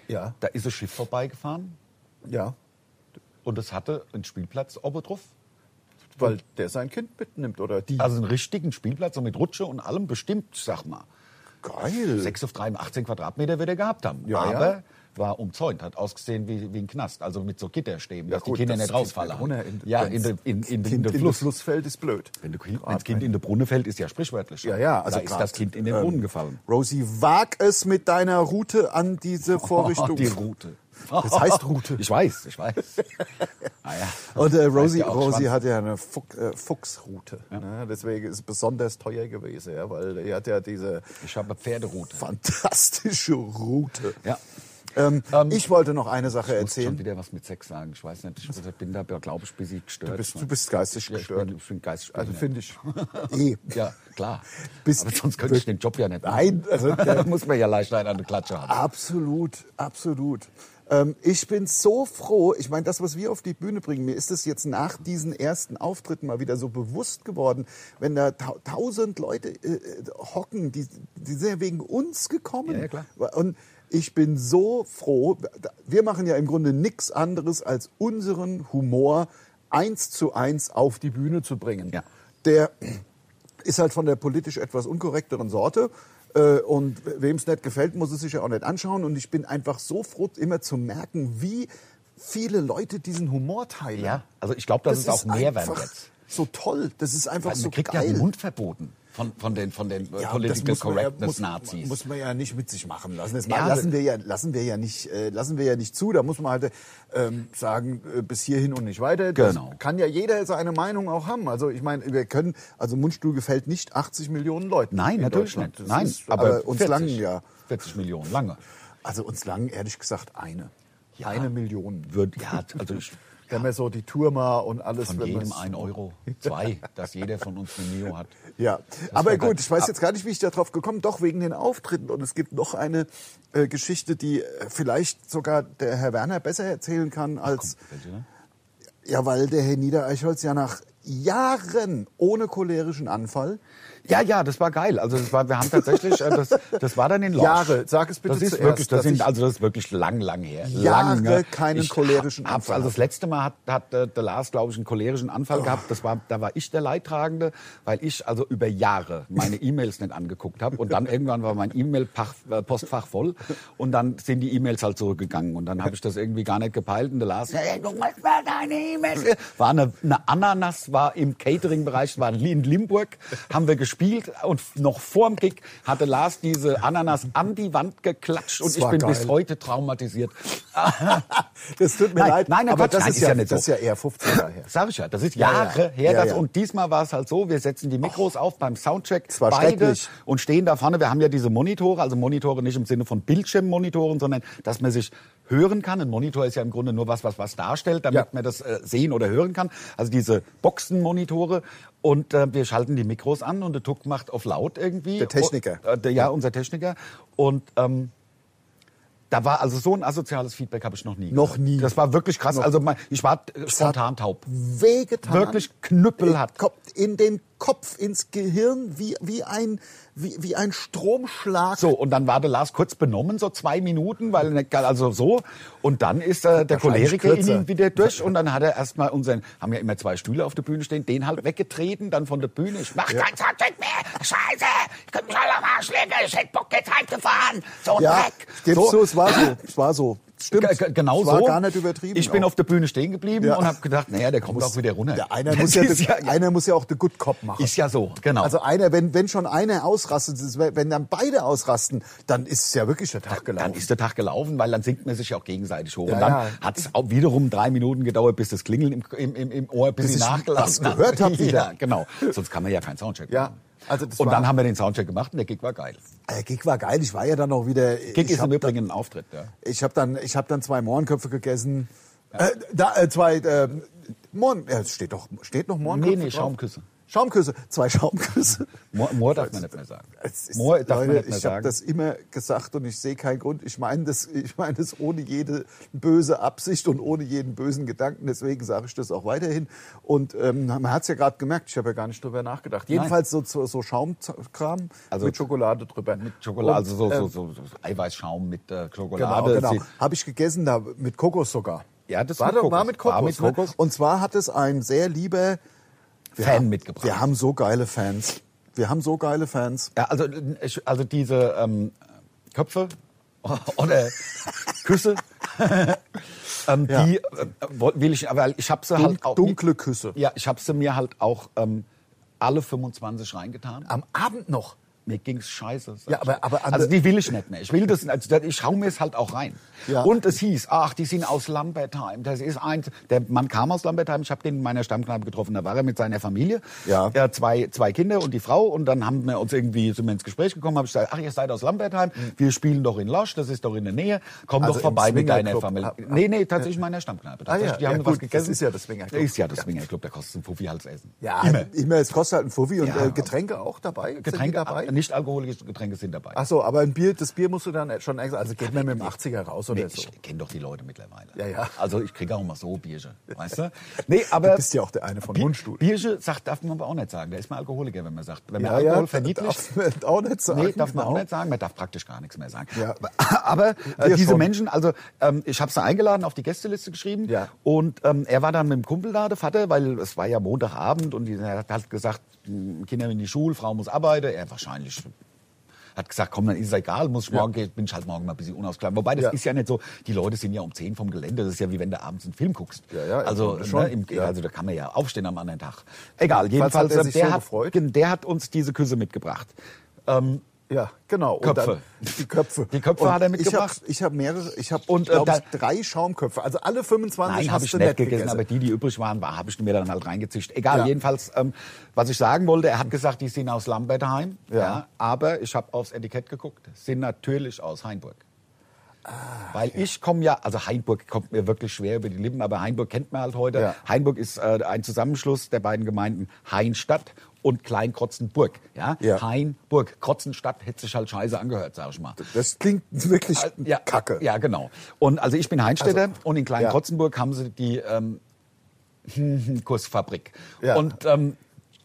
Ja,
Da ist ein Schiff vorbeigefahren
ja, ja.
und es hatte einen Spielplatz oben drauf.
Weil der sein Kind mitnimmt oder die.
Also einen richtigen Spielplatz so mit Rutsche und allem bestimmt, sag mal.
geil.
6 auf 3, 18 Quadratmeter wird er gehabt haben.
Ja,
Aber
ja.
war umzäunt, hat ausgesehen wie, wie ein Knast. Also mit so Gitterstäben,
Ja,
dass
gut,
die Kinder
das
nicht
Kind
rausfallen.
mit Runner in-
ja, in,
wenn's
de, in, in,
Kind
in, den
in
Fluss.
das Flussfeld ist blöd.
Wenn das Kind in den Brunnen fällt, ist ja sprichwörtlich.
Ja, ja, also
da ist
grad,
das Kind in den
ähm,
Brunnen gefallen.
Rosie, wag es mit deiner Route an diese Vorrichtung.
Oh, die Route.
Das heißt Route.
Ich weiß, ich weiß. naja.
Und äh, Rosie,
ja auch
Rosie
Schwanz.
hat ja eine Fuch, äh, Fuchsroute. Ne? Deswegen ist es besonders teuer gewesen, ja? weil er hat ja diese
Ich habe Pferderoute.
fantastische Route.
Ja.
Ähm,
Ähm,
ich wollte noch eine Sache
Ich muss schon
erzählen.
wieder was mit Sex sagen. Ich weiß nicht, ich muss- bin da, glaube ich, ein bisschen gestört.
Du bist, du bist geistig
Ja, ich
gestört.
bin- ich bin geistig
Also
behindert.
finde ich. Eh.
Ja, klar.
Bist-
Aber sonst könnte ich den Job ja nicht machen.
Nein, also
da muss man ja leicht einen an der Klatsche haben.
Absolut, absolut. Ähm, ich bin so froh. Ich meine, das, was wir auf die Bühne bringen, mir ist es jetzt nach diesen ersten Auftritten mal wieder so bewusst geworden, wenn da tau- tausend Leute äh, äh, hocken, die, die sind ja wegen uns gekommen.
Ja, ja, klar.
Und ich bin so froh. Wir machen ja im Grunde nichts anderes, als unseren Humor eins zu eins auf die Bühne zu bringen.
Ja.
Der ist halt von der politisch etwas unkorrekteren Sorte. Äh, Und wem es nicht gefällt, muss es sich ja auch nicht anschauen. Und ich bin einfach so froh, immer zu merken, wie viele Leute diesen Humor teilen.
Ja, also ich glaube, das, ist auch Mehrwert
einfach
jetzt.
So toll. Das ist einfach
Weil man
so
kriegt
geil.
ja den Mund verboten von, von den, von den äh,
Ja,
Political
das muss man ja-
Correctness
Muss,
Nazis.
muss man ja nicht mit sich machen lassen. Das
Ja,
ma-
aber-
lassen, wir ja, lassen, wir ja nicht, äh, lassen wir ja nicht zu. Da muss man halt ähm, sagen, äh, bis hierhin und nicht weiter.
Genau.
Das kann ja jeder seine Meinung auch haben. Also ich meine, wir können, also Mundstuhl gefällt nicht 80 Millionen Leuten.
Nein,
in
natürlich
Deutschland.
nicht.
Das
Nein,
ist, aber,
aber,
uns
40,
langen ja.
40 Millionen, lange.
Also uns langen ehrlich gesagt eine. Eine Million.
Wird, ja, also ich,
Wenn man so die Tour mal und alles.
von
wenn
jedem
man's-
ein Euro, zwei, dass jeder von uns eine Mio hat.
Ja,
war
aber
geil.
gut, ich weiß jetzt gar nicht, wie ich darauf gekommen Doch, wegen den Auftritten. Und es gibt noch eine äh, Geschichte, die äh, vielleicht sogar der Herr Werner besser erzählen kann als... ja, weil der Herr Niedereichholz ja nach Jahren ohne cholerischen Anfall...
Ja, ja, das war geil. Also das war, wir haben tatsächlich, äh, das, das war dann in Lorsch.
Jahre, sag es bitte
das ist
zuerst,
wirklich, das
dass
sind,
ich-
Also das ist wirklich lang, lang her.
Jahre
Lange.
keinen
Ich
cholerischen
hab's-
Anfall
Also
hatte.
das letzte Mal hat, hat äh, der Lars, glaube ich, einen cholerischen
Oh.
Anfall gehabt. Das war, da war ich der Leidtragende, weil ich also über Jahre meine E-Mails nicht angeguckt habe. Und dann irgendwann war mein E-Mail-Postfach voll. Und dann sind die E-Mails halt zurückgegangen. Und dann habe ich das irgendwie gar nicht gepeilt. Und der Lars, hey, guck mal, war deine E-Mails. War eine, eine Ananas, war im Catering-Bereich, war in Limburg, haben wir gespielt. Und noch vorm Kick hatte Lars diese Ananas an die Wand geklatscht. Und
Das
ich
war
bin
geil.
bis heute traumatisiert.
Das tut mir
Nein,
leid,
nein, nein,
aber
Quatsch,
das,
nein,
ist,
ist
ja,
ja nicht
das ist
so.
ja eher 50 Jahre her.
Sag ich ja, das ist
Ja, ja.
Jahre her.
Ja,
dass,
ja.
Und diesmal war es halt so, wir setzen die Mikros auf beim Soundcheck,
Es war
beide,
schrecklich.
und stehen da vorne. Wir haben ja diese Monitore, also Monitore nicht im Sinne von Bildschirmmonitoren, sondern dass man sich hören kann. Ein Monitor ist ja im Grunde nur was, was was darstellt, damit
Ja.
man das äh, sehen oder hören kann. Also diese Boxenmonitore. Und äh, wir schalten die Mikros an und der Tuck macht auf laut irgendwie.
Der Techniker.
Und, äh, der, ja, unser Techniker. Und... Ähm, da war also so ein asoziales Feedback habe ich noch nie.
Noch
gehört.
nie.
Das war wirklich krass. Also mein, ich war äh, spontan taub.
Wehgetan.
Wirklich Knüppel hat.
Kommt In den Kopf, ins Gehirn, wie, wie, ein, wie, wie ein Stromschlag.
So, und dann war der Lars kurz benommen, so zwei Minuten, weil er nicht, also so. Und dann ist äh, der
Wahrscheinlich
Choleriker in
kürzer.
ihn wieder durch und dann hat er erstmal unseren, haben ja immer zwei Stühle auf der Bühne stehen, den halt weggetreten, dann von der Bühne, ich mach keinen Soundcheck mehr, scheiße, ich kann mich alle am Arsch lecken, ich hätte Bock jetzt heimgefahren, so ein
ja,
Dreck.
ich geb's zu, es war so. Es war so. Stimmt.
G- g- Genau
es war
so.
gar nicht übertrieben. genau.
Ich bin
auch.
auf der Bühne stehen geblieben
Ja.
und habe gedacht, naja, der kommt auch wieder runter.
Ja, einer,
Das
muss ja,
ist
das, einer muss ja auch den Good Cop machen.
Ist ja so, genau.
Also einer, wenn, wenn schon einer ausrastet, das ist- wenn dann beide ausrasten, dann ist ja wirklich der Tag gelaufen.
dann ist der Tag gelaufen, weil dann singt man sich ja auch gegenseitig hoch.
Ja,
und dann
ja.
hat es auch wiederum drei Minuten gedauert, bis das Klingeln im, im, im, im Ohr, bis,
Bis
ich
ich
nachgelassen
was gehört hab
Ja,
wieder.
genau. Sonst kann man ja keinen Soundcheck
Ja,
machen.
also das
und
war-
dann haben wir den Soundcheck gemacht und der Gig war geil.
der Äh, Gig war geil, ich war ja dann auch wieder. äh,
Gig
ich
ist im
hab
Übrigen ein Auftritt. Ja.
Ich habe dann, ich hab dann zwei Mohrenköpfe gegessen. Äh, da, äh, zwei äh, Mohren. Ja, es steht, doch, steht noch Mohrenköpfe.
Nee, nee,
drauf?
Schaumküsse.
Schaumküsse, zwei Schaumküsse.
Moor, Moor darf man nicht mehr sagen.
Es ist,
Moor darf man
Leute,
nicht mehr
ich habe
sagen.
das immer gesagt und ich sehe keinen Grund. Ich meine das, ich meine das ohne jede böse Absicht und ohne jeden bösen Gedanken. Deswegen sage ich das auch weiterhin. Und ähm, man hat es ja gerade gemerkt. Ich habe ja gar nicht drüber nachgedacht. Jedenfalls so, so, so Schaumkram
Also-
mit Schokolade drüber.
mit Schokolade,
Und,
also so, so,
ähm,
so, so Eiweißschaum mit äh,
Genau,
Schokolade.
genau.
Sie-
Habe ich gegessen da mit Kokos sogar.
Ja, das
war,
mit
doch-
Kokos.
war mit Kokos.
War mit
ne?
Kokos.
Und zwar hat es ein sehr lieber wir
Fan
haben-
mitgebracht.
Wir haben so geile Fans. Wir haben so geile Fans.
Ja, also, ich- also diese ähm, Köpfe oder Küsse, ähm,
Ja.
die äh, woll- will ich, aber ich habe sie halt auch
dunkle Küsse.
Ja, ich habe sie mir halt auch ähm, alle 25 reingetan.
Am Abend noch.
Mir ging's scheiße. sag
Ja,
ich
aber-
dir.
aber- aber-
also die will ich nicht mehr. Ich will das, also ich schaue mir es halt auch rein.
Ja.
Und es hieß, ach, die sind aus Lambertheim. Das ist ein, der Mann kam aus Lambertheim. Ich habe den in meiner Stammkneipe getroffen. Da war er mit seiner Familie.
Ja.
Er hat zwei, zwei Kinder und die Frau. Und dann haben wir uns irgendwie sind wir ins Gespräch gekommen. Habe ich gesagt, ach, ihr seid aus Lambertheim. Wir spielen doch in Losch. Das ist doch in der Nähe. Komm
Mhm. Also
doch
im
vorbei mit deiner
Swingerclub.
Familie.
Ah, ah,
nee, nee, tatsächlich in meiner Stammkneipe.
Ah, ja,
Tatsächlich, die
ja,
haben
gut,
was gegessen.
das ist ja das Swingerclub.
Ist ja das Swingerclub. Da kostet ein Fuffi Hals essen.
Ja, immer. Es kostet halt ein Fuffi und
also Ja.
äh, Getränke auch dabei. Sind die
Getränke ah,
dabei.
Nicht alkoholische Getränke sind dabei.
Ach so, aber ein Bier, das Bier musst du dann schon extra. Also geht man mit dem 80er raus oder
Nee,
so.
Ich kenne doch die Leute mittlerweile.
Ja, ja.
Also ich kriege auch mal so Bierchen, weißt du? Nee, aber
Du bist ja auch der eine von
Bier-
Mundstuhl.
Bierchen sagt, darf man aber auch nicht sagen. Da ist man Alkoholiker, wenn man sagt. Wenn man
Ja, ja,
Alkohol
darf
verniedlicht.
man auch nicht sagen,
Nee, darf man
genau.
auch nicht sagen. Man darf praktisch gar nichts mehr sagen.
Ja.
Aber, aber äh,
Wir
diese
schon.
Menschen, also ähm, ich habe sie eingeladen, auf die Gästeliste geschrieben.
Ja.
Und ähm, er war dann mit dem Kumpel da, der Vater, weil es war ja Montagabend und die- er hat halt gesagt, "Mh, Kinder in die Schule, Frau muss arbeiten. Er wahrscheinlich hat gesagt, komm, dann ist es egal, muss ich morgen gehen, bin ich halt morgen mal ein bisschen unausgeladen. Wobei, das
Ja.
ist ja nicht so, die Leute sind ja um 10 vom Gelände, das ist ja wie wenn du abends einen Film guckst.
Ja, ja,
also,
ja, schon.
ne, im,
Ja.
also da kann man ja aufstehen am anderen Tag. Egal, jedenfalls,
hat er
äh,
sich
der,
so
hat,
gefreut?
gen- der hat uns diese Küsse mitgebracht. Ähm,
Ja, genau. Und
Köpfe.
Dann, die Köpfe.
Die Köpfe
und
hat er mitgebracht.
Ich habe hab mehrere, ich habe
Und, äh,
glaub ich,
da-
drei Schaumköpfe. Also alle 25
Nein,
hast
habe ich
du
nicht gegessen, aber die, die übrig waren, war, habe ich mir dann halt reingezischt. Egal,
Ja.
jedenfalls, ähm, was ich sagen wollte, er hat gesagt, die sind aus Lambertheim,
Ja.
ja. aber ich habe aufs Etikett geguckt, sind natürlich aus Hainburg. Ah, Weil ich komme ja, also Hainburg kommt mir wirklich schwer über die Lippen, aber Hainburg kennt man halt heute.
Ja.
Hainburg ist äh, ein Zusammenschluss der beiden Gemeinden Hainstadt und Kleinkrotzenburg. Ja?
Ja.
Hainburg, Krotzenstadt hätte sich halt scheiße angehört, sag ich mal.
das klingt wirklich
Äh, Ja,
kacke.
Ja, genau. Und also ich bin Heinstädter
Also,
und in
ja.
Klein-Krotzenburg haben sie die ähm, Kussfabrik.
Ja.
Und ähm,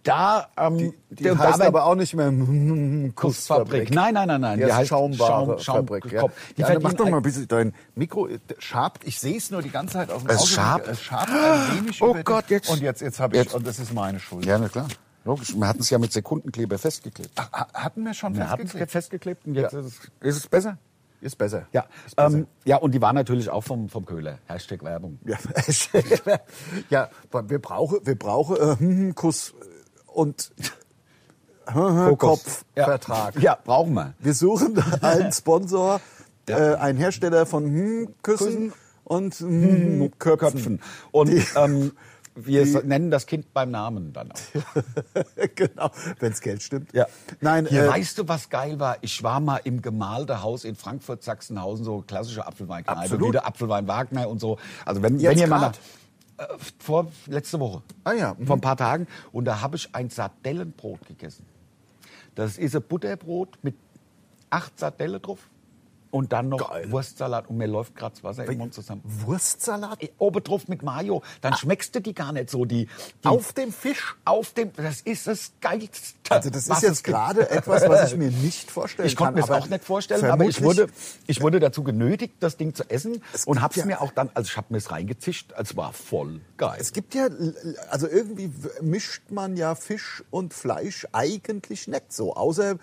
da, ähm,
Die
der-
heißt
dabei-
aber auch nicht mehr Kussfabrik.
Kussfabrik. Nein, nein, nein, nein.
Die, heißt
Schaum,
Schaumware
Schaum,
Fabrik. ja.
Kopf. Die
ja, dann mach
verdienen
doch mal ein bisschen dein Mikro äh, schabt. Ich sehe es nur die ganze Zeit aus dem
Es
Auge.
schabt.
Es schabt ein wenig
Oh
über den-
Gott, jetzt-
Und jetzt, jetzt habe ich,
jetzt.
und das ist meine Schuld.
Ja, na klar. Logisch. Wir hatten es ja mit Sekundenkleber festgeklebt.
Ach, ha- hatten wir schon
wir hatten es
festgeklebt?
jetzt festgeklebt und jetzt
Ja.
ist, es, ist es besser?
Ist besser.
Ja.
Ist besser.
Ähm, ja, und die waren natürlich auch vom, vom Köhler. Hashtag Werbung.
Ja, ja weil wir brauchen wir brauchen äh, hm, Kuss und Hm,
Kokos.
Kopfvertrag.
Ja. ja, brauchen wir.
Wir suchen einen Sponsor, äh, einen Hersteller von hm, Küssen und hm, Köpfen.
Köpfen. Und ähm, wir so- nennen das Kind beim Namen dann auch.
genau, wenn's Geld stimmt.
hm. Ja.
Nein,
Hier,
äh,
weißt du, was geil war? Ich war mal im gemalte Haus in Frankfurt, Sachsenhausen, so klassische Apfelweinkneipe,
Absolut.
wie der Apfelwein Wagner und so. Also wenn,
Jetzt
wenn ihr mal
grad?
nach, äh, vor letzte Woche.
Ah ja, mhm.
Vor ein paar Tagen. Und da habe ich ein Sardellenbrot gegessen. Das ist ein Butterbrot mit acht Sardellen drauf und dann noch
Geil.
Wurstsalat. Und mir läuft gerade das Wasser im Mund zusammen.
Wurstsalat
Oben drauf Äh, mit Mayo, dann schmeckst du die gar nicht so. Die, die
auf dem Fisch.
auf dem, das ist das Geilste.
Also das
was
ist
es
jetzt
gibt.
gerade etwas, was ich mir nicht vorstellen
Ich konnte
kann.
mir das
aber
auch nicht vorstellen, äh, aber ich
vermutlich-
wurde, ich wurde dazu genötigt, das Ding zu essen
Es
und
gibt
hab's
ja-
mir auch dann, also ich hab mir's reingezischt, es war voll geil.
Es gibt ja, also irgendwie mischt man ja Fisch und Fleisch eigentlich nicht so, außer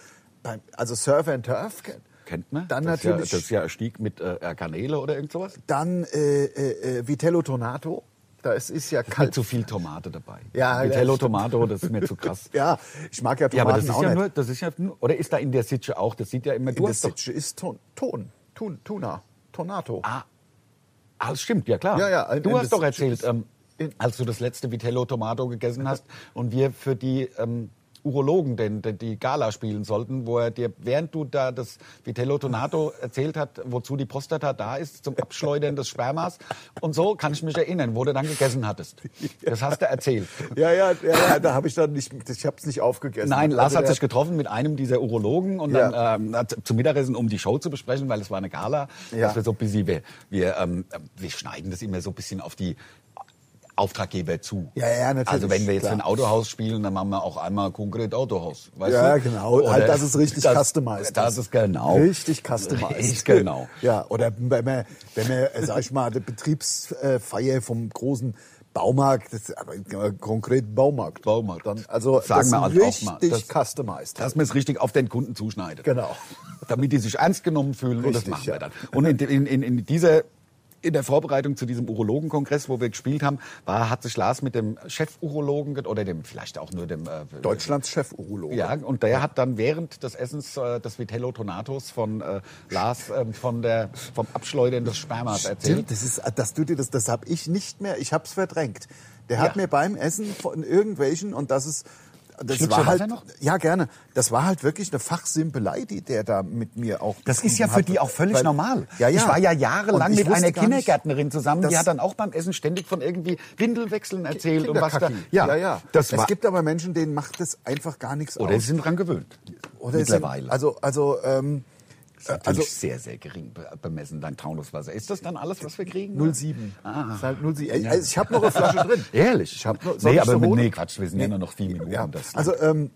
beim, also Surf and Turf.
Kennt man?
Dann
das
natürlich,
Ist ja, das ist ja ein Stieg mit äh, Kanäle oder irgend sowas.
dann äh, äh, äh, Vitello Tonato. Da ist, ist ja
Halt
kalt.
zu viel Tomate dabei.
Ja,
Vitello
das stimmt.
Tomato, das ist mir zu krass.
Ja, ich mag ja
Ja, aber das
Tomaten
ist
auch
ja
nicht.
nur, das ist ja nur, oder ist da in der Sitsche auch, das sieht ja immer,
In
du
der
hast doch,
Sitche ist Ton, Ton, Tun, Tuna, Tonato.
ah, ah, das stimmt, ja klar.
Ja, ja, in- in
du hast
der
doch erzählt,
Sitche ist-
ähm, als du das letzte Vitello Tomato gegessen hast und wir für die, ähm, Urologen denn denn die Gala spielen sollten, wo er dir, während du da das Vitello Tonato erzählt hat, wozu die Prostata da ist, zum Abschleudern des Spermas. Und so kann ich mich erinnern, wo du dann gegessen hattest. Das hast du erzählt.
Ja, ja, ja, ja da habe ich dann nicht, ich habe es nicht aufgegessen.
Nein, Lars
Also
hat
der-
sich getroffen mit einem dieser Urologen und
Ja.
dann ähm, hat zum Mittagessen, um die Show zu besprechen, weil es war eine Gala,
Ja.
dass wir so ein bisschen, wir, wir, ähm, wir schneiden das immer so ein bisschen auf die Auftraggeber zu.
Ja, ja, natürlich,
Also wenn wir jetzt
klar.
ein Autohaus spielen, dann machen wir auch einmal konkret Autohaus. Weißt
Ja,
du?
genau. Halt, dass es richtig customized ist.
Das ist genau.
Richtig customized.
Richtig genau.
Ja, oder wenn man, wenn man äh, sag ich mal, die Betriebsfeier vom großen Baumarkt, das, aber äh, konkret Baumarkt.
Baumarkt.
Dann, also,
Sagen
das
wir halt auch
richtig
mal,
customized.
Dass man es richtig auf den Kunden zuschneidet.
Genau.
Damit die sich ernst genommen fühlen und das
Richtig,
machen
ja.
wir dann. Und in, in, in, in dieser in der Vorbereitung zu diesem Urologenkongress, wo wir gespielt haben, war, hat sich Lars mit dem Chef-Urologen get- oder dem vielleicht auch nur dem äh,
Deutschlands Chef-Urologe.
Ja, und der hat dann während des Essens äh, des Vitello Tonatos von äh, Lars ähm, von der vom Abschleudern des Spermas erzählt.
Stimmt, das ist, äh, dass du dir das, das habe ich nicht mehr, ich hab's verdrängt. Der hat
Ja.
mir beim Essen von irgendwelchen und das ist, das
Schlückst du
war
Wasser
halt,
noch?
ja gerne, das war halt wirklich eine Fachsimpelei, die der da mit mir auch.
Das ist ja
betrieben
für
hat.
die auch völlig
Weil-
normal.
Ja, ja.
Ich war ja
Und
jahrelang
ich
mit
wusste
einer
gar nicht,
Kindergärtnerin zusammen, die
dass-
hat dann auch beim Essen ständig von irgendwie Windelwechseln erzählt und was da.
Kinderkacki. ja, ja.
Das
es
war,
gibt aber Menschen, denen macht das einfach gar nichts
oder
aus.
sie sind dran gewöhnt.
Oder es sind-
mittlerweile.
Also, also, ähm, äh,
Natürlich
also
sehr, sehr gering be bemessen, dein Taunuswasser. Ist das dann alles, was wir kriegen?
07. Ah. Ist halt 07. Ey, Also ich habe noch eine Flasche drin.
Ehrlich?
Ich hab noch, soll
nee,
ich
aber
so
mit,
holen?
nee, Quatsch, wir sind ja nur noch vier Minuten.
Ja,
um Das-
also ähm,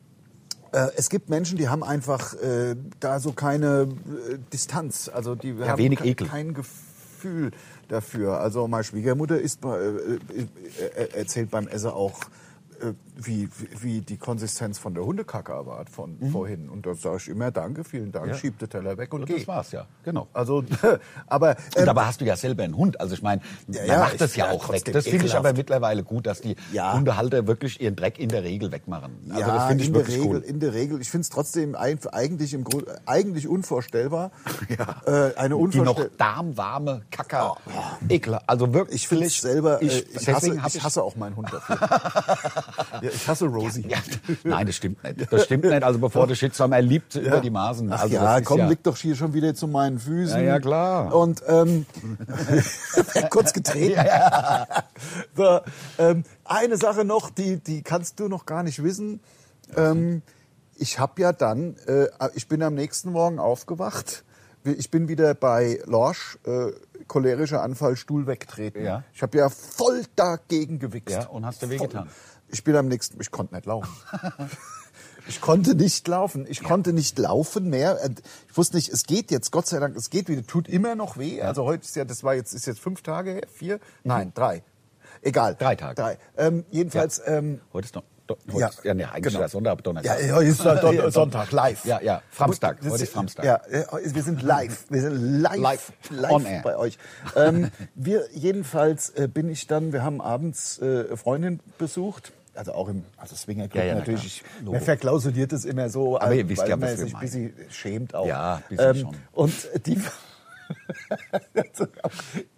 äh, es gibt Menschen, die haben einfach äh, da so keine äh, Distanz, also die haben
wenig
ke-
Ekel.
kein Gefühl dafür. Also meine Schwiegermutter ist bei- äh, äh, äh, erzählt beim Essen auch äh, wie, wie- wie die Konsistenz von der Hundekacke war von vorhin. Und da sage ich immer Danke, vielen Dank, schieb den Teller weg und,
Und
geh.
das war's, Mhm. ja, genau.
Also, aber äh,
und dabei hast du ja selber einen Hund. Also ich meine, man
ja,
macht das
ist
ja
ja
auch weg.
trotzdem
Das finde ich
ekelhaft.
aber mittlerweile gut, dass die
Ja.
Hundehalter wirklich ihren Dreck in der Regel wegmachen. Also
ja,
das finde ich
in der
wirklich
Regel,
cool.
In der Regel, ich finde es trotzdem ein, eigentlich, im Grund, eigentlich unvorstellbar.
Ja.
Äh,
die
eine
noch
unvorstellbare.
darmwarme Kacke. Ekler. Also wirklich.
Ich finde selber, äh,
ich,
ich, hasse,
deswegen hab
ich hasse auch meinen Hund dafür. ja, ich hasse Rosie.
Ja, nein, das stimmt nicht. Das stimmt nicht. Also bevor der Shitstorm, er liebt sie über die Maßen.
Ach
also
ja,
das ist
komm, liegt doch hier schon wieder zu meinen Füßen.
Ja, ja, klar.
Und ähm, kurz getreten. so, ähm, eine Sache noch, die, die kannst du noch gar nicht wissen. Ähm, ich habe ja dann, äh, ich bin am nächsten Morgen aufgewacht. Ich bin wieder bei Lorsch, äh, cholerischer Anfall, Stuhl wegtreten.
Ja.
Ich habe ja voll dagegen gewichst.
Ja, und hast dir
Voll.
wehgetan?
Ich bin am nächsten, ich konnte nicht laufen. Ich konnte nicht laufen. Ich konnte nicht laufen mehr. Und Ich wusste nicht, es geht jetzt, Gott sei Dank, es geht wieder. Tut immer noch weh. Also heute ist ja, das war jetzt, ist jetzt fünf Tage her, vier? Nein, drei. Egal.
Drei Tage.
Drei. Ähm, jedenfalls, ähm,
Heute ist noch. Do, heute, ja, ja nee, eigentlich
genau.
ist das Sonntag, aber Donnerstag.
Ja, heute ist Don- Don- Sonntag, live.
Ja, ja, Framstag.
Das-
Heute ist Framstag.
Ja, äh, wir sind live. Wir sind live,
Live.
live,
On air.
bei euch. Ähm, wir, jedenfalls äh, bin ich dann, wir haben abends äh, Freundin besucht. Also auch im also Swingerclub
Ja, ja, na
natürlich.
klar.
Ich,
Logo.
man verklausuliert es immer so,
Aber ihr
äh,
wisst
weil
ja,
man
was wir
sich ein bisschen schämt auch. Ähm,
Ja, ein bisschen schon.
Und die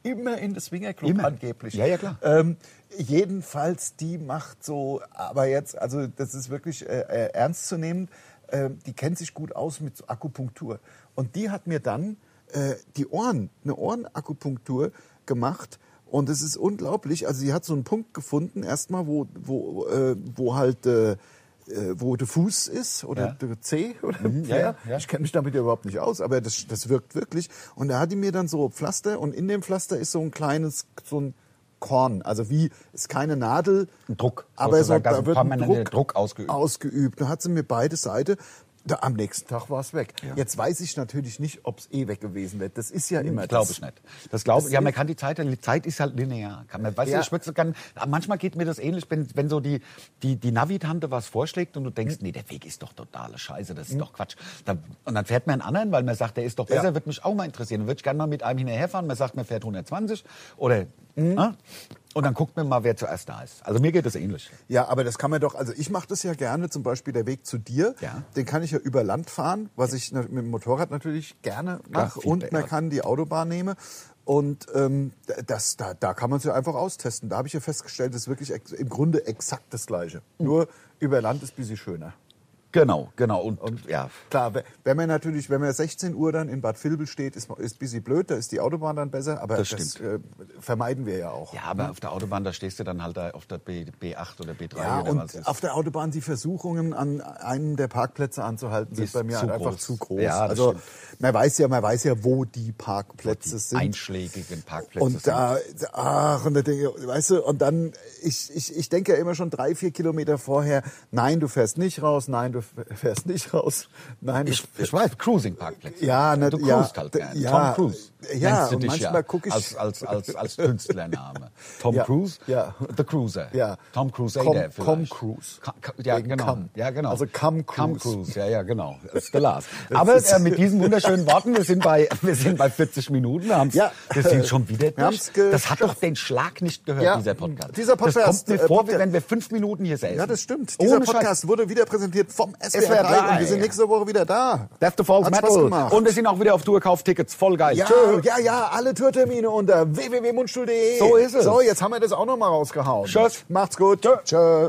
immer in das Swingerclub
Immer.
angeblich.
Ja, ja, klar.
Ähm, jedenfalls, die macht so, aber jetzt, also das ist wirklich äh, äh, ernstzunehmend, äh, die kennt sich gut aus mit so Akupunktur. Und die hat mir dann äh, die Ohren, eine Ohrenakupunktur gemacht. Und es ist unglaublich, also sie hat so einen Punkt gefunden, erstmal, wo, wo, äh, wo halt... Äh, äh, wo der Fuß ist oder
Ja.
der Zeh oder
Hm, ja,
ja,
ja.
ich kenne mich damit ja überhaupt nicht aus, aber das, das wirkt wirklich. Und da hat die mir dann so Pflaster und in dem Pflaster ist so ein kleines, so ein Korn. Also wie, ist keine Nadel.
Ein Druck,
Aber so,
sozusagen, da ist
da
ein
wird ein
permanenter
Druck,
Druck ausgeübt.
ausgeübt. Da hat sie mir beide Seiten. Da, am nächsten Tag war es weg. Jetzt weiß ich natürlich nicht, ob es eh weg gewesen wäre. Das ist ja immer
Das glaube
das.
Hm, ich nicht. Das glaube
das
ja, man
ist-
kann die Zeit, die Zeit ist halt linear. Kann man, weißt
Ja.
du, ich würd's gern, manchmal geht mir das ähnlich, wenn, wenn so die, die, die Navi-Tante was vorschlägt und du denkst, nee, der Weg ist doch totale Scheiße, das ist doch Quatsch. Dann, und dann fährt man einen anderen, weil man sagt, der ist doch besser,
Ja.
wird mich auch mal interessieren. Dann würde ich gerne mal mit einem hinterherfahren. Man sagt, man fährt 120 oder, ne? und dann guckt man mal, wer zuerst da ist. Also mir geht das ähnlich.
Ja, aber das kann man doch, also ich mache das ja gerne, zum Beispiel der Weg zu dir,
Ja.
den kann ich ja über Land fahren, was ich na- mit dem Motorrad natürlich gerne
Klar,
mache
viel
und
besser.
man kann die Autobahn nehmen und ähm, d- das, da, da kann man es ja einfach austesten. Da
Mhm.
habe ich ja festgestellt, das ist wirklich ex- im Grunde exakt das Gleiche, nur über Land ist ein bisschen schöner.
Genau, genau. Und, ja.
Klar, we- wenn man natürlich, wenn man 16 Uhr dann in Bad Vilbel steht, ist man- ist ein bisschen blöd, da ist die Autobahn dann besser, aber
Das
das,
stimmt.
äh, vermeiden wir ja auch.
Ja, aber auf der Autobahn, da stehst du dann halt da auf der B, B8 oder B3
Ja,
oder was
und auf der Autobahn die Versuchungen, an einem der Parkplätze anzuhalten, sind
Ist
bei mir
zu
halt einfach
groß.
zu groß.
Ja, das
also
stimmt.
man weiß ja, man weiß ja, wo die Parkplätze sind.
einschlägigen Parkplätze
und da, ach, und da denke ich, weißt du, und dann, ich, ich, ich denke ja immer schon drei, vier Kilometer vorher, nein, du fährst nicht raus, nein, du fährst nicht raus, nein, du
Ich,
fährst-
ich weiß, Cruising-Parkplätze.
Ja, na-
du
ja,
cruist halt
d-
gerne.
ja,
Tom Cruise.
ja,
nennst du
und
dich ja
manchmal guck ich-
Als, als, als, als Künstlername. Tom
Ja,
Cruise?
ja.
The Cruiser.
Ja.
Tom Cruise
Com-
vielleicht.
Com Cruise.
Ka- ka- Ja,
Wegen
genau.
Come.
ja, genau.
Also Come
Come
Cruise.
Cruise, ja, ja, genau. Stellar. Aber äh, mit diesen wunderschönen Worten, wir sind bei, wir sind bei 40 Minuten, wir haben's,
Ja.
wir sind schon wieder durch.
haben's
Das hat doch den Schlag nicht gehört,
Ja,
dieser Podcast.
dieser
Das
Podcast,
kommt mir
äh,
vor, wie
Podcast-
wenn wir fünf Minuten hier säßen.
Ja, das stimmt.
Ohne
Dieser
Scheiß.
Podcast wurde wieder präsentiert vom SWR3,
SWR drei.
und wir sind nächste Woche wieder da.
Death to Falls
Hat Spaß
Metal.
gemacht.
Und wir sind auch wieder auf Tour, kauft Tickets. Voll geil.
ja,
Tschö.
ja, ja, alle Tourtermine unter www.mundstuhl.de.
So ist es.
So, jetzt haben wir das auch noch mal rausgehauen.
Tschüss.
Macht's gut. Tschö. Tschö.